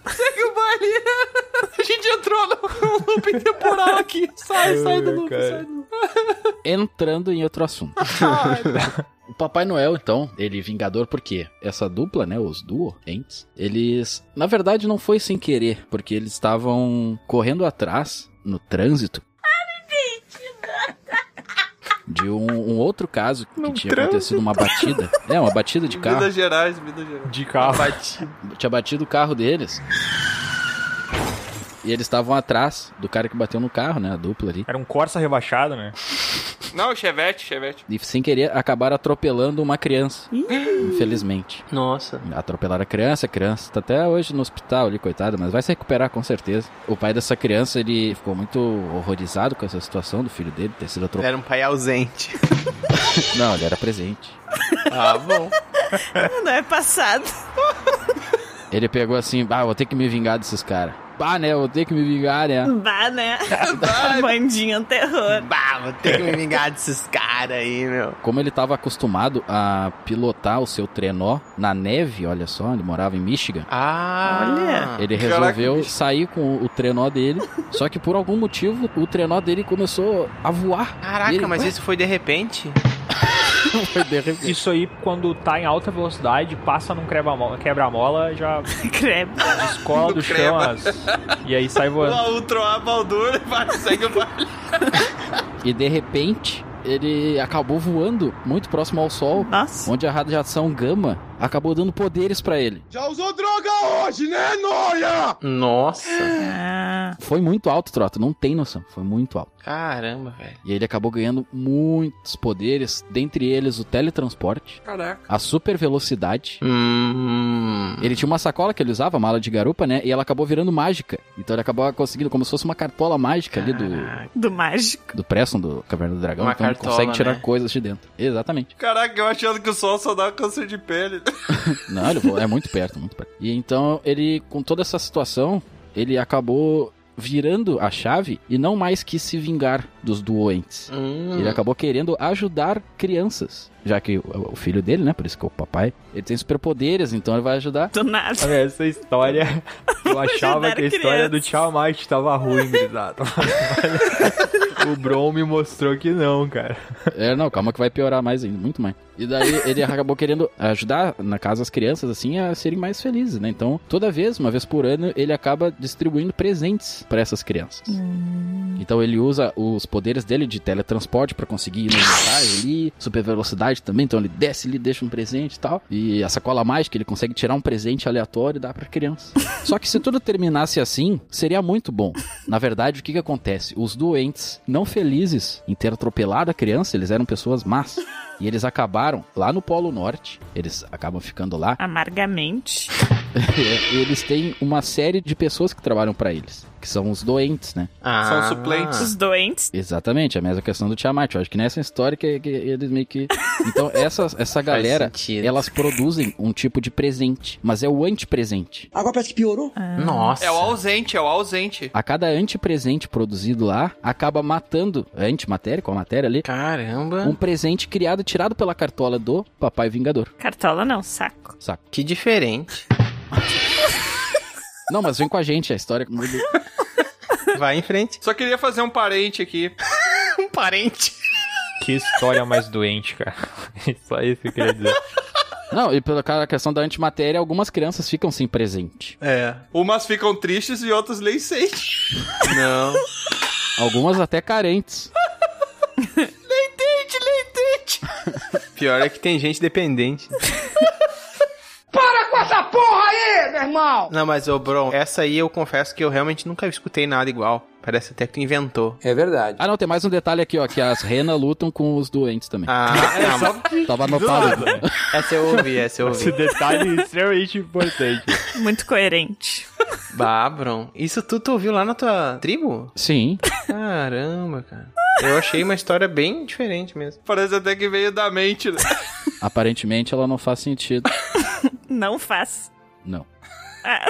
C: Segue o baile. A gente entrou num looping temporal aqui. Sai, sai do looping,
E: cara.
C: sai do looping.
D: entrando em outro assunto. O Papai Noel, então, ele vingador porque essa dupla, né, os duo entes, eles, na verdade, não foi sem querer, porque eles estavam correndo atrás no trânsito. De um, um outro caso que tinha acontecido uma batida. É, uma batida de carro.
C: Minas Gerais, Minas Gerais.
E: De carro.
D: tinha batido o carro deles. E eles estavam atrás do cara que bateu no carro, né? A dupla ali.
E: Era um Corsa rebaixado, né?
C: Não, Chevette, Chevette.
D: E sem querer acabaram atropelando uma criança. Infelizmente.
A: Nossa.
D: Atropelaram a criança, a criança tá até hoje no hospital ali, coitada, mas vai se recuperar com certeza. O pai dessa criança, ele ficou muito horrorizado com essa situação do filho dele ter sido atropelado.
A: Era um pai ausente.
D: Não, ele era presente.
A: Ah, bom.
B: Não é passado.
D: Ele pegou assim, ah, vou ter que me vingar desses caras. Pá, né, vou ter que me vingar, né?
B: Bah, né? Bandinha um terror.
A: Bah, vou ter que me vingar desses caras aí, meu.
D: Como ele estava acostumado a pilotar o seu trenó na neve, olha só, ele morava em Michigan.
A: Ah.
D: Ele
C: Caraca,
D: resolveu
C: bicho.
D: sair com o trenó dele, só que por algum motivo o trenó dele começou a voar. E
A: Caraca,
D: ele,
A: mas
D: "Ué?"
A: isso foi de repente?
D: Foi de repente.
E: Isso aí, quando tá em alta velocidade, passa num creva- quebra-mola, já
B: Credo.
E: descola do chão as... E aí sai voando.
C: O Troá Baldur vai, segue o baile.
D: E de repente, ele acabou voando muito próximo ao Sol,
B: Nossa.
D: onde a radiação gama acabou dando poderes pra ele.
A: Nossa.
B: Ah,
D: Foi muito alto, Trota, não tem noção. Foi muito alto.
A: Caramba, velho.
D: E ele acabou ganhando muitos poderes, dentre eles o teletransporte,
C: Caraca.
D: a super velocidade.
A: Hum.
D: Ele tinha uma sacola que ele usava, mala de garupa, né? E ela acabou virando mágica. Então ele acabou conseguindo, como se fosse uma cartola mágica ali do,
B: do mágico.
D: do Preston, do Caverna do Dragão.
A: Uma
D: então ele
A: cartola,
D: consegue tirar
A: né?
D: coisas de dentro. Exatamente.
C: Caraca, eu achando que o sol só dá câncer de pele.
D: Não, ele voa- é muito perto, muito perto. E então ele, com toda essa situação, ele acabou virando a chave e não mais quis se vingar dos doentes.
A: Hum.
D: Ele acabou querendo ajudar crianças. Já que o o filho dele, né? Por isso que é o papai. Ele tem superpoderes, então ele vai ajudar.
B: Do nada.
E: Olha, Essa história, eu achava que a história do Tiamat tava ruim, grisado. o Bron me mostrou que não, cara.
D: É, não, calma que vai piorar mais ainda, muito mais. E daí ele acabou querendo ajudar, na casa, as crianças, assim, a serem mais felizes, né? Então, toda vez, uma vez por ano, ele acaba distribuindo presentes pra essas crianças. Então ele usa os poderes dele de teletransporte pra conseguir ir nos locais ali, super velocidade também, então ele desce ali, deixa um presente e tal. E a sacola mágica, ele consegue tirar um presente aleatório e dar pra criança. Só que se tudo terminasse assim, seria muito bom. Na verdade, o que que acontece? Os doentes, não felizes em ter atropelado a criança, eles eram pessoas más. E eles acabaram lá no Polo Norte, eles acabam ficando lá,
B: Amargamente.
D: e eles têm uma série de pessoas que trabalham pra eles, que são os doentes, né?
A: Ah.
C: São suplentes.
B: Os doentes.
D: Exatamente, é a mesma questão do Tiamat. Eu acho que nessa história que, que eles meio que. Então, essa, essa galera,
A: sentido.
D: elas produzem um tipo de presente, mas é o antipresente.
I: Agora parece que piorou.
A: Nossa.
C: É o ausente, é o ausente.
D: A cada antipresente produzido lá, acaba matando, antimatéria, com a matéria ali,
A: Caramba.
D: um presente criado, tirado pela cartola do Papai Vingador.
B: Cartola não, saco.
D: Saco.
A: Que diferente.
D: Não, mas vem com a gente, a história é muda.
A: Vai em frente.
C: Só queria fazer um parente aqui.
A: Um parente.
E: Que história mais doente, cara. Isso aí que eu queria dizer.
D: Não, e pela cara- questão da antimatéria, algumas crianças ficam sem presente.
A: É.
C: Umas ficam tristes e outras nem sentem.
A: Não.
D: Algumas até carentes.
A: Pior é que tem gente dependente.
H: Para com essa porra aí, meu irmão!
A: Não, mas, ô, Bron, essa aí eu confesso que eu realmente nunca escutei nada igual. Parece até que tu inventou.
I: É verdade.
D: Ah, não, tem mais um detalhe aqui, ó, que as renas lutam com os doentes também.
A: Ah,
H: É
A: não, mas
D: Tava anotado.
A: essa eu ouvi, essa eu
E: Esse
A: ouvi.
E: detalhe é extremamente importante.
B: Muito coerente.
A: Bah, Bron, isso tu, tu ouviu lá na tua tribo?
D: Sim.
A: Caramba, cara. Eu achei uma história bem diferente mesmo.
C: Parece até que veio da mente, né?
D: Aparentemente ela não faz sentido.
B: Não faz.
D: Não.
B: Ah,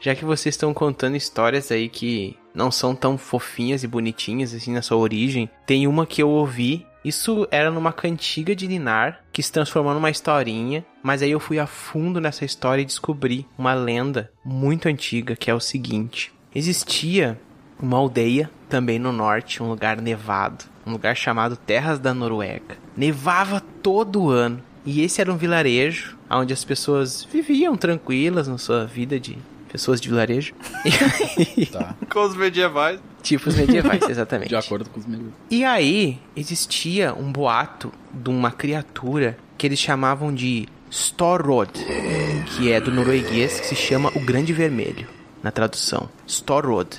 A: Já que vocês estão contando histórias aí que não são tão fofinhas e bonitinhas assim na sua origem, tem uma que eu ouvi. Isso era numa cantiga de Linar que se transformou numa historinha, mas aí eu fui a fundo nessa história e descobri uma lenda muito antiga que é o seguinte: existia uma aldeia também no norte, um lugar nevado, um lugar chamado Terras da Noruega. Nevava todo ano e esse era um vilarejo onde as pessoas viviam tranquilas na sua vida de pessoas de vilarejo,
D: Tá.
C: Com os medievais.
A: tipos medievais, exatamente.
D: De acordo com os meus.
A: E aí, existia um boato de uma criatura que eles chamavam de Storrod, que é do norueguês que se chama o Grande Vermelho, na tradução, Storrod.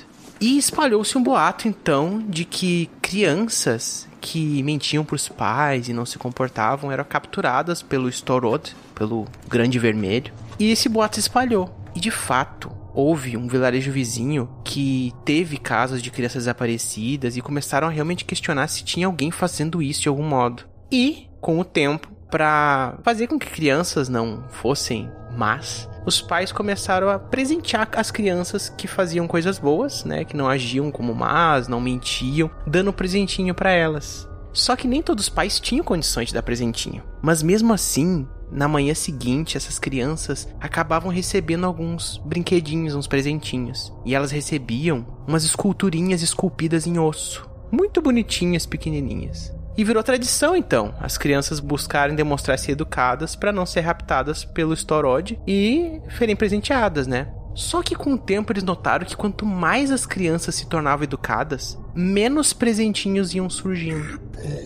A: E espalhou-se um boato então de que crianças que mentiam para os pais e não se comportavam eram capturadas pelo Storrod, pelo Grande Vermelho, e esse boato se espalhou. E de fato, houve um vilarejo vizinho que teve casos de crianças desaparecidas e começaram a realmente questionar se tinha alguém fazendo isso de algum modo. E, com o tempo, para fazer com que crianças não fossem más, os pais começaram a presentear as crianças que faziam coisas boas, né, que não agiam como más, não mentiam, dando um presentinho para elas. Só que nem todos os pais tinham condições de dar presentinho. Mas mesmo assim, na manhã seguinte, essas crianças acabavam recebendo alguns brinquedinhos, uns presentinhos. E elas recebiam umas esculturinhas esculpidas em osso. Muito bonitinhas, pequenininhas. E virou tradição então, as crianças buscarem demonstrar ser educadas para não ser raptadas pelo Storod e serem presenteadas, né? Só que com o tempo eles notaram que quanto mais as crianças se tornavam educadas, menos presentinhos iam surgindo.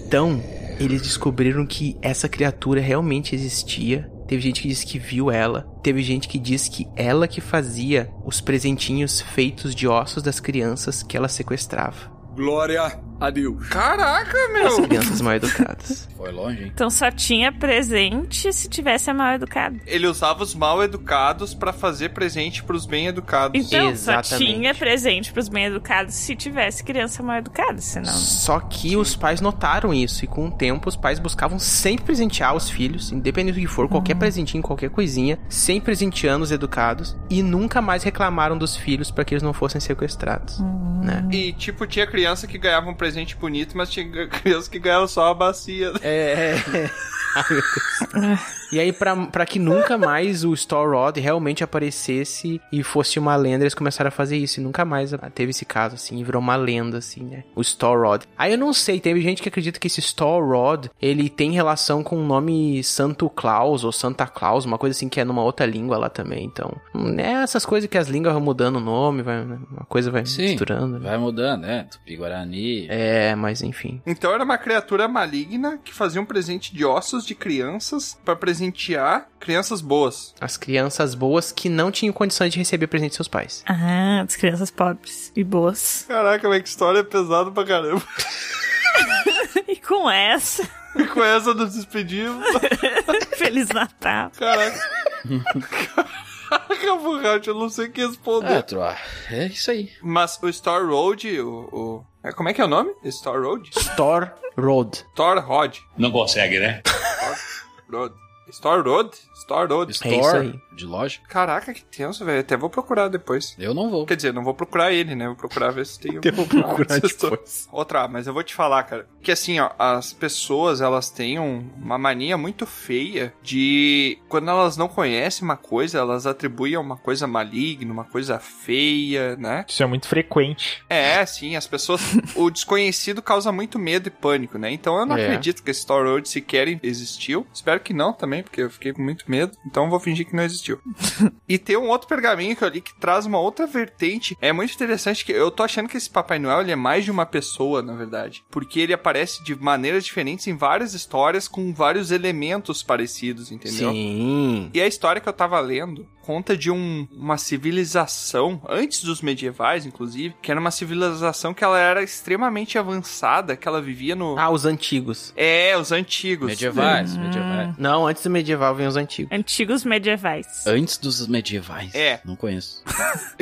A: Então, eles descobriram que essa criatura realmente existia. Teve gente que disse que viu ela. Teve gente que disse que ela que fazia os presentinhos feitos de ossos das crianças que ela sequestrava.
I: Glória a Deus.
C: Caraca,
A: As
C: meu!
A: crianças mal educadas.
D: Foi longe, hein?
B: Então só tinha presente se tivesse a mal educada.
C: Ele usava os mal educados pra fazer presente pros bem educados.
B: Então só
A: Exatamente.
B: tinha presente pros bem educados se tivesse criança mal educada, senão.
A: Só que os pais notaram isso e com o tempo os pais buscavam sempre presentear os filhos, independente do que for, qualquer presentinho, qualquer coisinha, sempre presenteando os educados e nunca mais reclamaram dos filhos para que eles não fossem sequestrados, né?
C: E, tipo, tinha criança que ganhava um presente bonito, mas tinha criança que ganhava só a bacia.
A: É. Ai, meu Deus. e aí, pra, pra que nunca mais o Store Rod realmente aparecesse e fosse uma lenda, eles começaram a fazer isso. E nunca mais teve esse caso, assim, e virou uma lenda, assim, né? O Store Rod. Aí eu não sei, teve gente que acredita que esse Store Rod, ele tem relação com o nome Santo Claus ou Santa Claus, uma coisa assim que é numa outra língua lá também. Então, né? Essas coisas que as línguas vão mudando o nome, vai, né, uma coisa vai
D: Sim.
A: misturando. Né?
D: Vai mudando, né? Tupi-Guarani.
A: É, mas enfim.
C: Então era uma criatura maligna que fazia um presente de ossos de crianças pra presentear crianças boas.
A: As crianças boas que não tinham condições de receber presente de seus pais.
B: Ah, das crianças pobres e boas.
C: Caraca, mas que história pesada pra caramba.
B: E com essa,
C: E com essa nos despedimos.
B: Feliz Natal.
C: Caraca. Caraca, Burrat, eu não sei o que responder.
D: É, troa. É isso aí.
C: Mas o Star Road, o. o- é, Como é que é o nome? Star Road?
A: Thor Road.
C: Star Rod.
I: Não consegue, né?
C: Road. Star Road? Star Road.
D: Store
A: isso aí.
D: de loja.
C: Caraca, que tenso, velho. Até vou procurar depois.
D: Eu não vou.
C: Quer dizer, não vou procurar ele, né? Vou procurar ver se tem Eu vou procurar depois. Outra, ah, mas eu vou te falar, cara. Que assim, ó, as pessoas, elas têm um- uma mania muito feia de... Quando elas não conhecem uma coisa, elas atribuem a uma coisa maligna, uma coisa feia, né?
E: Isso é muito frequente.
C: É, sim, as pessoas... o desconhecido causa muito medo e pânico, né? Então eu não
A: É.
C: acredito que esse Star Road sequer existiu. Espero que não também, porque eu fiquei com muito medo. Então eu vou fingir que não existiu. E tem um outro pergaminho que eu li que traz uma outra vertente. É muito interessante que eu tô achando que esse Papai Noel ele é mais de uma pessoa, na verdade. Porque ele aparece de maneiras diferentes em várias histórias com vários elementos parecidos, entendeu?
A: Sim.
C: E a história que eu tava lendo conta de um- uma civilização, antes dos medievais, inclusive, que era uma civilização que ela era extremamente avançada, que ela vivia no.
A: Ah, os antigos.
C: É, os antigos.
D: Medievais, medievais.
A: Não, antes do medieval vem os antigos.
B: Antigos medievais.
D: Antes dos medievais.
C: É.
D: Não conheço.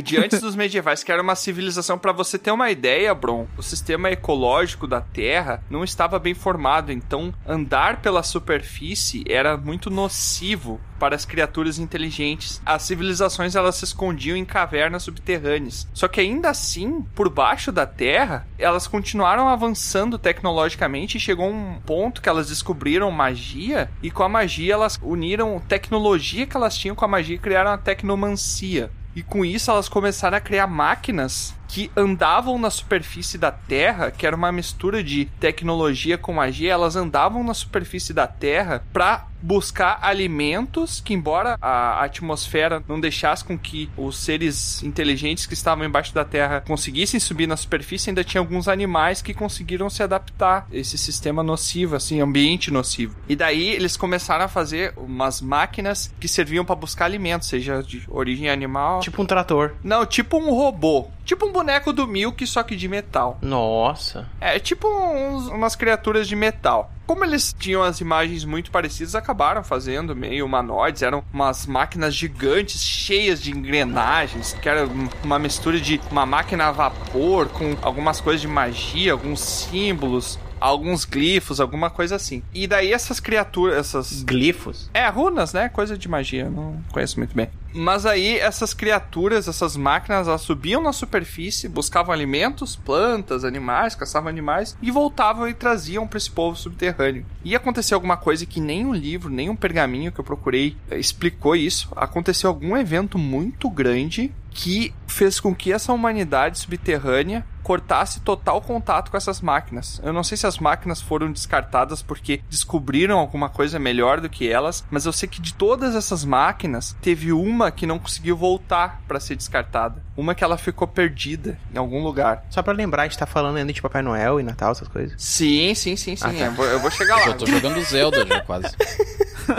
C: de antes dos medievais, que era uma civilização. Pra você ter uma ideia, Bron, o sistema ecológico da Terra não estava bem formado, então andar pela superfície era muito nocivo para as criaturas inteligentes. As civilizações elas se escondiam em cavernas subterrâneas. Só que ainda assim, por baixo da Terra, elas continuaram avançando tecnologicamente e chegou um ponto que elas descobriram magia e com a magia elas uniram tecnologia que elas tinham com a magia e criaram a tecnomancia. E com isso elas começaram a criar máquinas que andavam na superfície da Terra, que era uma mistura de tecnologia com magia, elas andavam na superfície da Terra para buscar alimentos que embora a atmosfera não deixasse com que os seres inteligentes que estavam embaixo da Terra conseguissem subir na superfície, ainda tinha alguns animais que conseguiram se adaptar a esse sistema nocivo, assim, ambiente nocivo. E daí eles começaram a fazer umas máquinas que serviam para buscar alimentos, seja de origem animal,
A: Tipo um trator.
C: não, tipo um robô. Tipo um boneco do Milk, só que de metal.
A: Nossa.
C: É, tipo uns- umas criaturas de metal. Como eles tinham as imagens muito parecidas, acabaram fazendo meio humanoides. Eram umas máquinas gigantes, cheias de engrenagens, que era um- uma mistura de uma máquina a vapor com algumas coisas de magia, alguns símbolos, alguns glifos, alguma coisa assim. E daí essas criaturas, essas
A: Glifos.
C: é, runas, né? Coisa de magia, não conheço muito bem. Mas aí, essas criaturas, essas máquinas, elas subiam na superfície, buscavam alimentos, plantas, animais, caçavam animais e voltavam e traziam pra esse povo subterrâneo. E aconteceu alguma coisa que nem um livro, nem um pergaminho que eu procurei eh, explicou isso. Aconteceu algum evento muito grande que fez com que essa humanidade subterrânea cortasse total contato com essas máquinas. Eu não sei se as máquinas foram descartadas porque descobriram alguma coisa melhor do que elas, mas eu sei que de todas essas máquinas, teve uma que não conseguiu voltar pra ser descartada. Uma que ela ficou perdida em algum lugar.
A: Só pra lembrar, a gente tá falando ainda de Papai Noel e Natal, essas coisas.
C: Sim, sim, sim, sim.
A: Ah, tá.
C: eu, vou, eu vou chegar lá.
D: Eu tô jogando Zelda já, quase.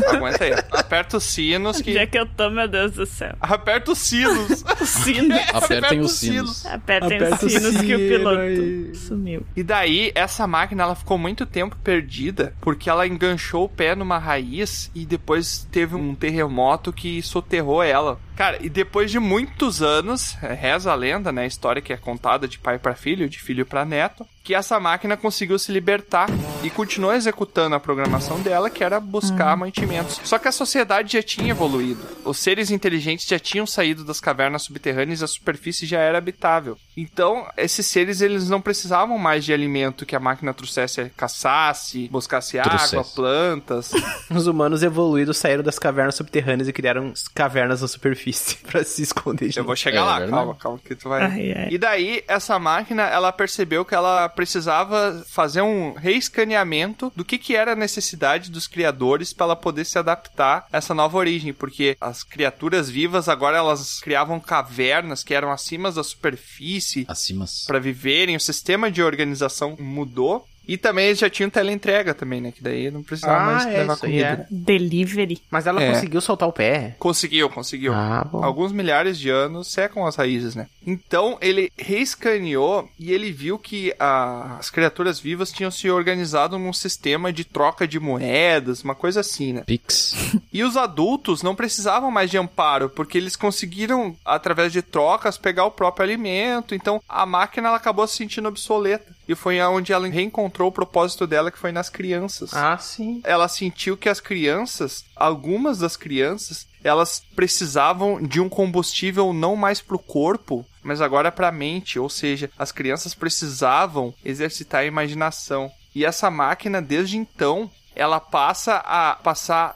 C: Aguenta aí. Aperta os sinos
B: Onde é
C: que.
B: que eu tô, meu Deus do céu?
C: Aperta os sinos.
B: Os sinos.
D: Apertem
C: Aperta
D: os
C: os sinos.
D: sinos.
B: Apertem
E: Aperta o
B: os sinos que o
E: sino
B: piloto
E: aí.
B: sumiu.
C: E daí, essa máquina, ela ficou muito tempo perdida, porque ela enganchou o pé numa raiz e depois teve um terremoto que soterrou ela. Cara, e depois de muitos anos, eh, reza a lenda, né, a história que é contada de pai pra filho, de filho pra neto, que essa máquina conseguiu se libertar tá? e continuou executando a programação dela, que era buscar mantimentos. Só que a sociedade já tinha evoluído. Os seres inteligentes já tinham saído das cavernas subterrâneas e a superfície já era habitável. Então, esses seres eles não precisavam mais de alimento que a máquina trouxesse, caçasse, buscasse água,
D: Trouxesse.
C: plantas.
A: Os humanos evoluídos saíram das cavernas subterrâneas e criaram as cavernas na superfície pra se esconder. de
C: Eu
A: novo.
C: vou chegar
D: É,
C: lá,
D: verdade.
C: calma, calma que tu vai.
B: Ai,
A: É.
B: ai.
C: E daí, essa máquina, ela percebeu que ela precisava fazer um reescaneamento do que, que era a necessidade dos criadores para ela poder se adaptar a essa nova origem, porque as criaturas vivas agora elas criavam cavernas que eram acima da superfície
D: Acima.
C: para viverem, o sistema de organização mudou. E também eles já tinham teleentrega também, né? Que daí não precisava
A: Ah,
C: mais
A: é,
C: levar
A: isso aí
C: comida.
A: é.
B: Delivery.
A: Mas ela
C: É.
A: conseguiu soltar o pé.
C: Conseguiu, conseguiu.
A: Ah, bom.
C: Alguns milhares de anos secam as raízes, né? Então ele reescaneou e ele viu que a- as criaturas vivas tinham se organizado num sistema de troca de moedas, uma coisa assim, né?
D: Pix.
C: E os adultos não precisavam mais de amparo, porque eles conseguiram, através de trocas, pegar o próprio alimento. Então a máquina ela acabou se sentindo obsoleta. E foi onde ela reencontrou o propósito dela, que foi nas crianças
A: Ah, sim.
C: ela sentiu que as crianças, algumas das crianças, elas precisavam de um combustível não mais pro corpo, mas agora pra mente, ou seja, as crianças precisavam exercitar a imaginação. E essa máquina desde então, ela passa a passar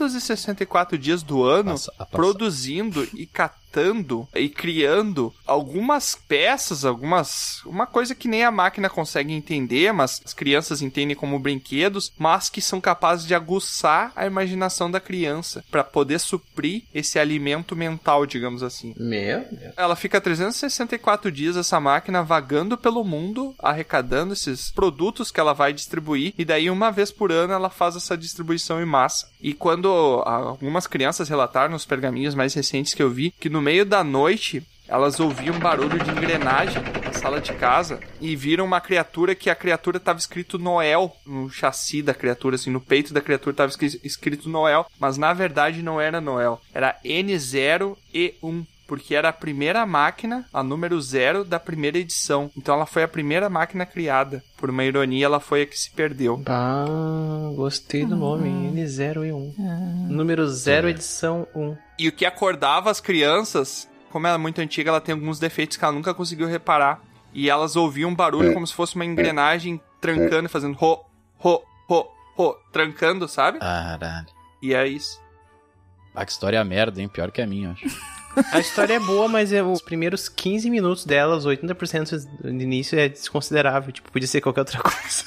C: 364 dias do ano
D: Passa, a passa.
C: produzindo e catando e criando algumas peças, algumas uma coisa que nem a máquina consegue entender, mas as crianças entendem como brinquedos, mas que são capazes de aguçar a imaginação da criança para poder suprir esse alimento mental, digamos assim.
A: Meu Deus.
C: Ela fica 364 dias essa máquina vagando pelo mundo, arrecadando esses produtos que ela vai distribuir e daí uma vez por ano ela faz essa distribuição em massa. E quando ah, algumas crianças relataram nos pergaminhos mais recentes que eu vi que no meio da noite elas ouviam um barulho de engrenagem na sala de casa e viram uma criatura que a criatura tava escrito Noel no chassi da criatura, assim, no peito da criatura tava esqui- escrito Noel, mas na verdade não era Noel, era N0E1. Porque era a primeira máquina, a número zero da primeira edição. Então ela foi a primeira máquina criada. Por uma ironia, ela foi a que se perdeu.
A: Bah, gostei do nome. N0E1. Número
C: É.
A: 0, edição 1.
C: E o que acordava as crianças, como ela é muito antiga, ela tem alguns defeitos que ela nunca conseguiu reparar. E elas ouviam um barulho como se fosse uma engrenagem trancando, fazendo ro, ro, ro, ro, trancando, sabe?
D: Caralho.
C: E é isso.
D: Ah, que história é merda, hein? Pior que a minha, eu acho.
A: A história é boa, mas é, os primeiros 15 minutos dela, os 80% do início é desconsiderável. Tipo, podia ser qualquer outra coisa.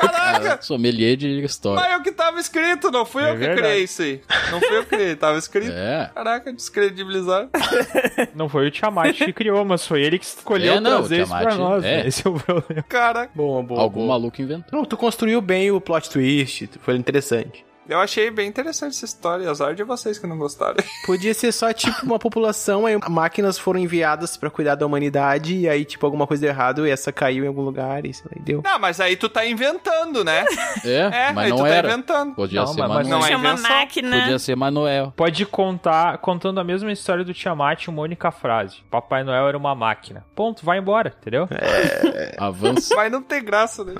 D: Cara, sommelier de história.
C: Mas é o que tava escrito, não fui
E: É
C: eu que
E: verdade.
C: criei isso aí. Não fui eu que criei, tava escrito.
D: É.
C: Caraca, descredibilizaram.
E: Não foi o Tiamat que criou, mas foi ele que escolheu
D: É, não, o
E: trazer isso pra
D: Tiamat,
E: nós. né?
D: é.
E: Esse é o problema.
C: Cara,
A: Boa, boa.
D: Algum maluco inventou.
A: Não, tu construiu bem o plot twist. Foi interessante.
C: eu achei bem interessante essa história. Azar de vocês que não gostaram.
A: Podia ser só, tipo, uma população, aí máquinas foram enviadas pra cuidar da humanidade, e aí, tipo, alguma coisa deu errado, e essa caiu em algum lugar, e sei lá, e deu.
C: Não, mas aí tu tá inventando, né?
D: É,
C: É,
D: mas
C: aí tu
D: não
C: tá
D: era.
C: inventando.
D: Podia
E: Não,
D: ser
E: mas- mas
D: Manoel.
C: Não é
B: Chama
C: invenção.
B: máquina.
D: Podia ser Manoel.
E: Pode contar, contando a mesma história do Tiamat, uma única frase. Papai Noel era uma máquina. Ponto, vai embora, entendeu?
D: É. Avança.
C: Mas não tem graça, né?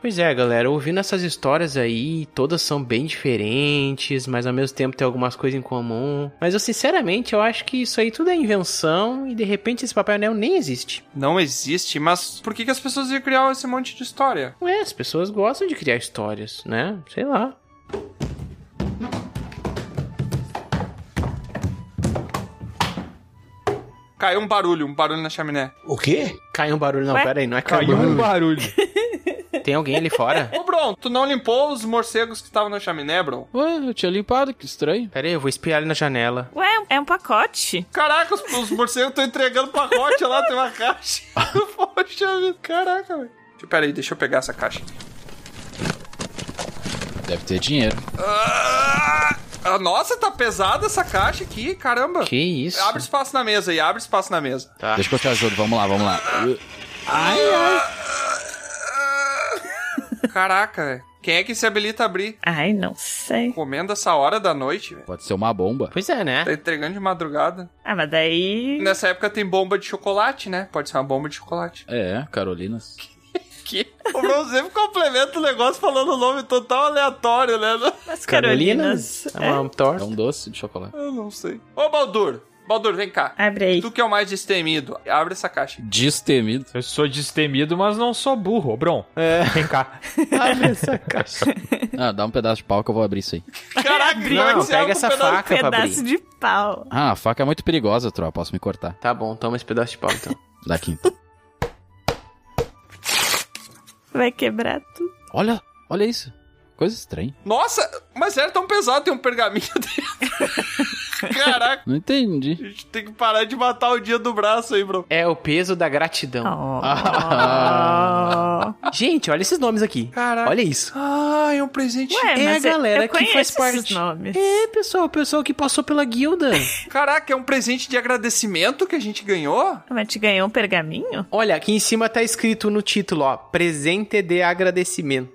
A: Pois é, galera, ouvindo essas histórias aí, todas são bem diferentes, mas ao mesmo tempo tem algumas coisas em comum. Mas eu, sinceramente, eu acho que isso aí tudo é invenção, e de repente esse Papai Noel nem existe.
C: Não existe, mas por que, que as pessoas iam criar esse monte de história?
A: Ué, as pessoas gostam de criar histórias, né? Sei lá.
C: Caiu um barulho, um barulho na chaminé.
J: O quê?
A: Caiu um barulho. Não,
B: Ué?
A: pera aí, não é
E: Caiu um
A: barulho.
E: barulho.
A: Tem alguém ali fora?
C: Ô, Bron, tu não limpou os morcegos que estavam na chaminé, Bron?
D: Ué, eu tinha limpado, que estranho.
A: Pera aí, eu vou espiar ali na janela.
B: Ué, é um pacote?
C: Caraca, os, os morcegos estão entregando pacote lá, tem uma caixa. Poxa, vida, caraca, velho. Deixa- Pera aí, deixa eu pegar essa caixa.
D: Deve ter dinheiro.
C: Ah, ah, nossa, tá pesada essa caixa aqui, caramba.
A: Que isso?
C: Abre espaço na mesa aí, abre espaço na mesa.
A: Ah.
D: Deixa que eu te ajudo, vamos lá, vamos lá. Uh,
C: Caraca, velho. Quem é que se habilita a abrir?
B: Ai, não sei.
C: Comendo essa hora da noite, velho.
D: Pode ser uma bomba.
A: Pois é, né?
C: Tá entregando de madrugada.
B: Ah, mas daí.
C: Nessa época tem bomba de chocolate, né? Pode ser uma bomba de chocolate.
D: É, Carolinas.
C: Que? O Bruno sempre complementa o negócio falando o nome total aleatório, né?
B: Mas
A: Carolinas?
B: Carolinas.
A: É uma torta.
D: É um doce de chocolate.
C: Eu não sei. Ô, Baldur. Baldur, vem cá.
B: Abre aí.
C: Tu que é o mais destemido, abre essa caixa.
D: Destemido.
E: Eu sou destemido, mas não sou burro, ô, Bron. É. Vem cá.
A: Abre essa caixa.
D: Ah, dá um pedaço de pau que eu vou abrir isso aí.
C: Caraca, como é que
A: Não,
C: você abre
A: pega
C: um
A: essa
C: pedaço-
A: faca pra
B: Pedaço
A: abrir.
B: de pau.
D: Ah, a faca é muito perigosa, tropa. Posso me cortar.
A: Tá bom, toma esse pedaço de pau então.
D: Daqui.
B: Vai quebrar tudo.
D: Olha, olha isso. Coisa estranha.
C: Nossa, mas era tão pesado, tem um pergaminho dentro. Caraca,
D: Não entendi.
C: a gente tem que parar de matar o dia do braço aí, bro.
A: É o peso da gratidão.
B: Oh.
A: Gente, olha esses nomes aqui.
C: Caraca.
A: Olha isso.
C: Ah, é um presente.
B: Ué,
A: É a
B: mas eu-
A: galera
B: eu
A: que faz
B: conheço
A: parte.
B: Esses nomes.
A: É, pessoal, o pessoal que passou pela guilda.
C: Caraca, é um presente de agradecimento que a gente ganhou?
B: Mas te ganhou um pergaminho?
A: Olha, aqui em cima tá escrito no título, ó, presente de agradecimento.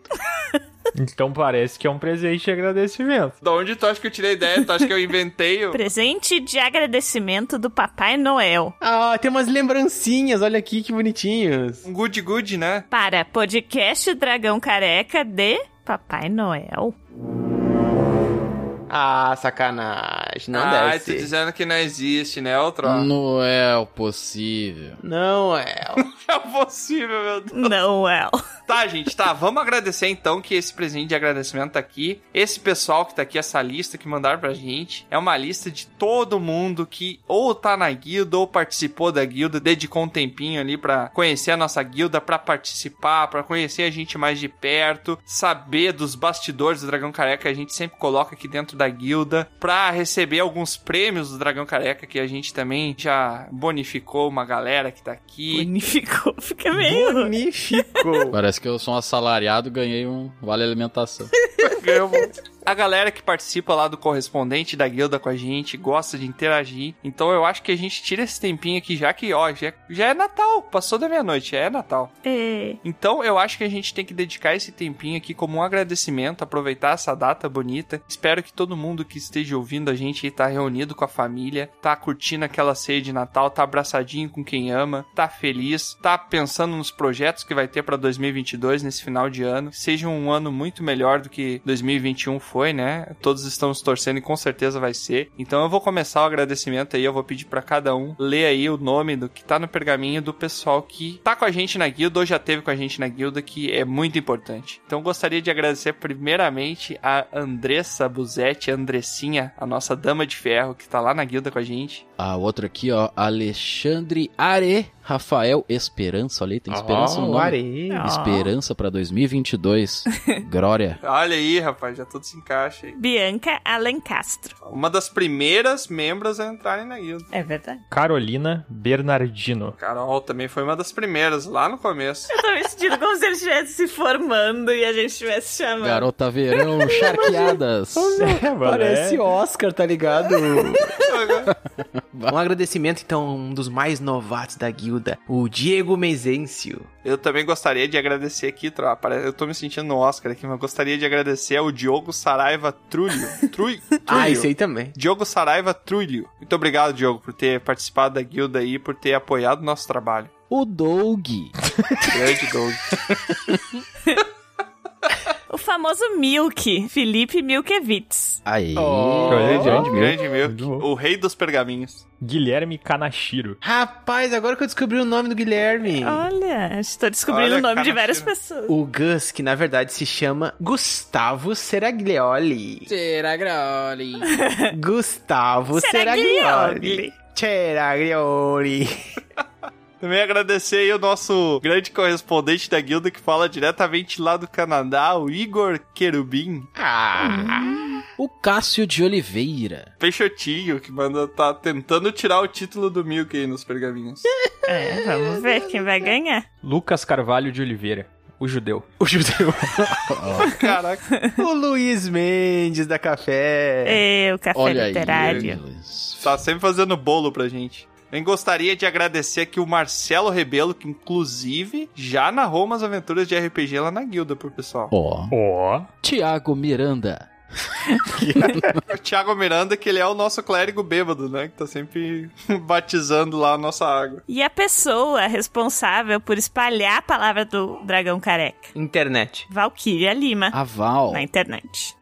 E: Então parece que é um presente de agradecimento.
C: Da onde tu acha que eu tirei a ideia? Tu acha que eu inventei? o-
B: Presente de agradecimento do Papai Noel.
A: Ah, tem umas lembrancinhas, olha aqui que bonitinhos.
C: Um good good, né?
B: Para podcast Dragão Careca de Papai Noel.
A: Ah, sacanagem, não
C: ah,
A: deve
C: tô
A: ser.
C: dizendo que não existe, né, outro?
D: Não é o possível.
A: Não, é...
C: É possível, meu Deus.
B: Noel.
C: Tá, gente, tá. Vamos agradecer então que esse presente de agradecimento tá aqui. Esse pessoal que tá aqui, essa lista que mandaram pra gente, é uma lista de todo mundo que ou tá na guilda ou participou da guilda, dedicou um tempinho ali pra conhecer a nossa guilda, pra participar, pra conhecer a gente mais de perto, saber dos bastidores do Dragão Careca, a gente sempre coloca aqui dentro da guilda, pra receber alguns prêmios do Dragão Careca que a gente também já bonificou uma galera que tá aqui.
B: Unificou, fica meio.
A: Bonificou.
D: Parece que eu sou um assalariado ganhei um vale alimentação.
C: Ganhou muito. A galera que participa lá do correspondente da guilda com a gente gosta de interagir. Então eu acho que a gente tira esse tempinho aqui, já que, ó, já, já é Natal. Passou da meia-noite, já é Natal.
B: É.
C: Então eu acho que a gente tem que dedicar esse tempinho aqui como um agradecimento, aproveitar essa data bonita. Espero que todo mundo que esteja ouvindo a gente aí tá reunido com a família, tá curtindo aquela ceia de Natal, tá abraçadinho com quem ama, tá feliz, tá pensando nos projetos que vai ter pra 2022 nesse final de ano. Seja um ano muito melhor do que 2021 foi, né? Todos estamos torcendo e com certeza vai ser. Então eu vou começar o agradecimento aí, eu vou pedir pra cada um ler aí o nome do que tá no pergaminho do pessoal que tá com a gente na guilda ou já teve com a gente na guilda, que é muito importante. Então eu gostaria de agradecer primeiramente a Andressa Buzetti, a Andressinha, a nossa dama de ferro que tá lá na guilda com a gente.
D: Ah, outro aqui, ó. Alexandre Are Rafael Esperança. Olha aí, tem esperança
A: Ó,
E: Oh,
D: no
A: o
D: nome.
A: areia.
B: Ó.
D: Esperança pra 2022. Glória.
C: Olha aí, rapaz, já tudo se encaixa aí.
B: Bianca Alencastro.
C: Uma das primeiras membros a entrarem na guilda.
B: É verdade.
E: Carolina Bernardino.
C: Carol também foi uma das primeiras lá no começo.
B: Eu tô me sentindo como se ele estivesse se formando e a gente estivesse chamando.
D: Garota verão, charqueadas.
E: É, mano,
A: Parece
E: é.
A: Oscar, tá ligado? um agradecimento, então, a um dos mais novatos da guilda, o Diego Mezencio.
C: Eu também gostaria de agradecer aqui, Troá, pare- eu tô me sentindo no Oscar aqui, mas gostaria de agradecer ao Diogo Saraiva Trulho. Trulho?
A: Ah,
C: Trulho.
A: esse aí também.
C: Diogo Saraiva Trulho. Muito obrigado, Diogo, por ter participado da guilda aí, por ter apoiado o nosso trabalho.
D: O Doug.
C: Grande Doug.
B: O famoso Milk, Felipe Milkevitz.
D: Aí.
E: Grande, grande mesmo.
C: Grande Milk,
E: Muito bom.
C: o rei dos pergaminhos.
E: Guilherme Kanashiro.
A: Rapaz, agora que eu descobri o nome do Guilherme.
B: Olha, estou descobrindo
C: Olha,
B: o nome de
C: cara,
B: várias
C: tira.
B: pessoas.
A: O Gus, que na verdade se chama Gustavo Seraglioli.
D: Será Graoli.
A: Gustavo
B: Será
A: Seraglioli.
B: Guilherme?
A: Cheira, Grioli.
C: Também agradecer aí o nosso grande correspondente da guilda que fala diretamente lá do Canadá, o Igor Querubim
A: Ah. Hum.
D: O Cássio de Oliveira.
C: Peixotinho, que manda tá tentando tirar o título do Milk aí nos pergaminhos.
B: É, vamos ver quem vai ganhar.
E: Lucas Carvalho de Oliveira, o judeu.
A: O judeu.
C: Caraca.
A: o Luiz Mendes da Café.
B: É, o café
D: Olha
B: literário.
D: aí. Luiz.
C: Tá sempre fazendo bolo pra gente. Eu gostaria de agradecer aqui o Marcelo Rebelo, que inclusive já narrou umas aventuras de RPG lá na guilda pro pessoal.
D: Ó.
E: Ó.
D: Tiago Miranda.
C: O Thiago Miranda, que ele é o nosso clérigo bêbado, né? Que tá sempre batizando lá a nossa água.
B: E a pessoa responsável por espalhar a palavra do dragão careca.
A: Internet.
B: Valkyria Lima,
D: A Val.
B: na internet.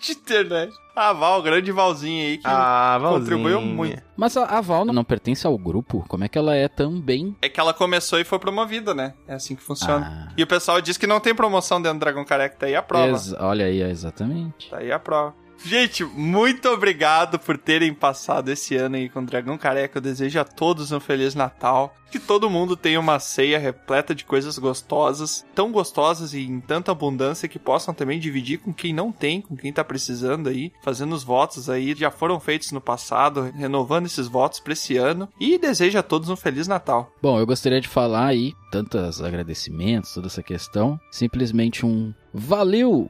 C: De internet. Ah, Val, grande Valzinho aí que
A: Ah, Valzinha.
C: contribuiu muito.
D: Mas a, a Val não pertence ao grupo? Como é que ela é também?
C: É que ela começou e foi promovida, né? É assim que funciona.
D: Ah.
C: E o pessoal diz que não tem promoção dentro do Dragão Careca, tá aí a prova.
D: Ex- olha aí, ó, exatamente.
C: Tá aí a prova. Gente, muito obrigado por terem passado esse ano aí com o Dragão Careca. Eu desejo a todos um Feliz Natal. Que todo mundo tenha uma ceia repleta de coisas gostosas, tão gostosas e em tanta abundância que possam também dividir com quem não tem, com quem tá precisando aí, fazendo os votos aí, já foram feitos no passado, renovando esses votos pra esse ano. E desejo a todos um Feliz Natal.
D: Bom, eu gostaria de falar aí, tantos agradecimentos, toda essa questão. Simplesmente um valeu!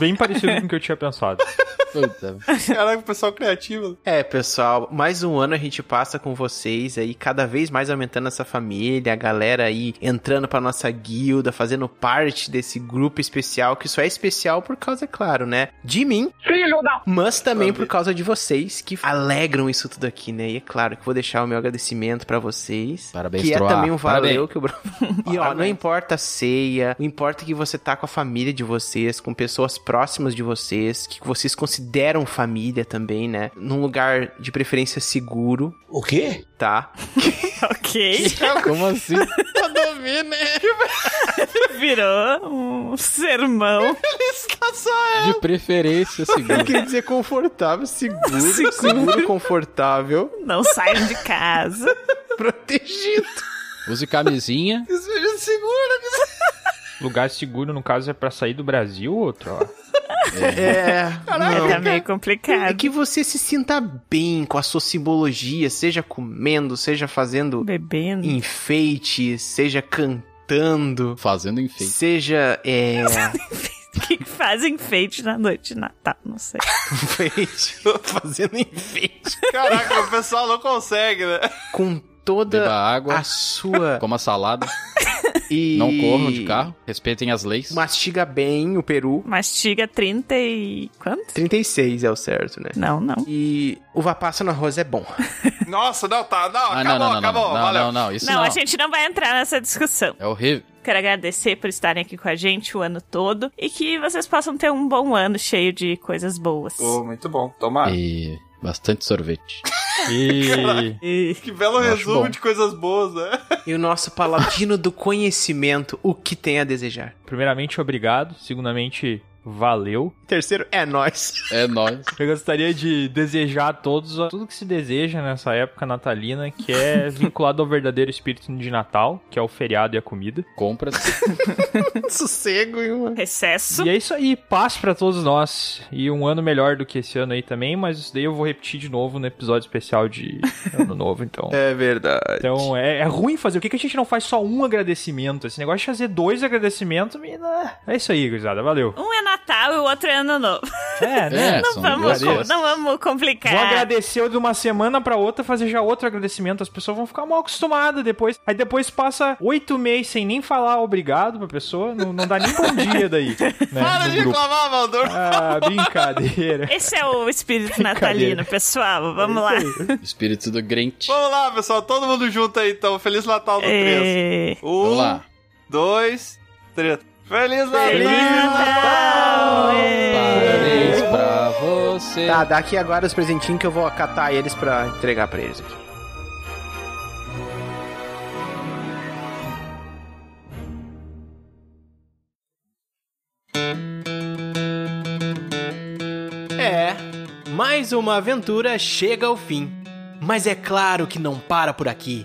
E: Bem parecido com o que eu tinha pensado.
D: Puta.
C: Caraca, pessoal criativo.
A: É, pessoal, mais um ano a gente passa com vocês aí, cada vez mais aumentando essa família, a galera aí entrando pra nossa guilda, fazendo parte desse grupo especial, que só é especial por causa, é claro, né? De mim. Mas também por causa de vocês que alegram isso tudo aqui, né? E é claro que vou deixar o meu agradecimento pra vocês.
D: Parabéns,
A: Que é
D: Troá.
A: também um valeu
D: Parabéns.
A: que o Bruno. E ó, não importa a ceia, o importa é que você tá com a família de vocês, com pessoas próximas de vocês, que vocês consideram família também, né? Num lugar de preferência seguro,
F: O quê?
A: tá?
B: Ok.
D: Como assim?
B: Virou um sermão.
D: De preferência, segundo.
A: Quer dizer confortável, seguro, seguro, confortável,
B: Não saiam de casa.
A: protegido.
D: Use camisinha.
C: Que seja seguro.
E: Lugar seguro, no caso, é pra sair do Brasil, outro, ó.
A: É,
B: É
A: não.
B: tá meio
A: É
B: complicado.
A: que você se sinta bem com a sua simbologia, seja comendo, seja fazendo
B: Bebendo.
A: enfeite, seja cantando,
D: Fazendo enfeite.
A: seja é,
B: O que que fazem enfeite na noite de Natal? Não sei.
A: enfeite, fazendo enfeite,
C: Caraca, o pessoal não consegue, né?
A: com toda
D: Beba água.
A: a sua
D: Coma salada.
A: e
D: Não corram de carro. Respeitem as leis.
A: Mastiga bem o peru.
B: Mastiga 30 e. quanto?
A: 36 é o certo, né?
B: Não, não.
A: E uva passa no arroz é bom.
C: Nossa, não, tá, não,
D: Ah,
C: acabou,
D: não, não, não,
C: acabou,
D: não, não,
C: valeu.
D: não, não, isso
B: Não,
D: não.
B: a gente não vai entrar nessa discussão.
D: É horrível.
B: Quero agradecer por estarem aqui com a gente o ano todo e que vocês possam ter um bom ano cheio de coisas boas.
C: Ô, muito bom, tomara.
D: E bastante sorvete.
E: E...
B: E-
C: Que belo
D: Acho
C: resumo
D: bom.
C: de coisas boas, né?
A: e o nosso paladino do conhecimento, o que tem a desejar.
E: Primeiramente, obrigado. Segundamente, valeu.
A: Terceiro é nós.
D: É nóis.
E: Eu gostaria de desejar a todos ó, tudo que se deseja nessa época natalina, que é vinculado ao verdadeiro espírito de Natal, que é o feriado e a comida.
D: Compras.
A: Sossego e uma.
B: Recesso.
E: E é isso aí, paz pra todos nós. E um ano melhor do que esse ano aí também, mas isso daí eu vou repetir de novo no episódio especial de Ano Novo, então.
A: É verdade.
E: Então é, é ruim fazer. O que, que a gente não faz só um agradecimento? Esse negócio de fazer dois agradecimentos, mina. É isso aí, gurizada. Valeu.
B: Um é Natal e o outro é Ano Novo.
E: É, né?
D: É, são
B: Vamos,
D: duas
E: com-
D: coisas.
B: não vamos complicar.
E: Vou agradecer de uma semana pra outra, fazer já outro agradecimento. As pessoas vão ficar mal acostumadas depois. Aí depois passa oito meses sem nem falar obrigado pra pessoa. Não, não dá nem bom dia daí. Né,
C: Para
E: no
C: de
E: grupo.
C: reclamar, Valdor.
E: Ah, brincadeira.
B: Esse é o espírito natalino, pessoal. Vamos lá.
D: Espírito do Grinch.
C: Vamos lá, pessoal, todo mundo junto aí, então. Feliz Natal no 3.
B: É...
D: Vamos
C: Um,
D: lá.
C: dois, três. Feliz Natal!
B: Feliz Natal! é.
D: Parabéns pra você.
A: Tá, dá aqui agora os presentinhos que eu vou catar eles pra entregar pra eles aqui. É, mais mais uma aventura chega ao fim. Mas é claro que não para por aqui.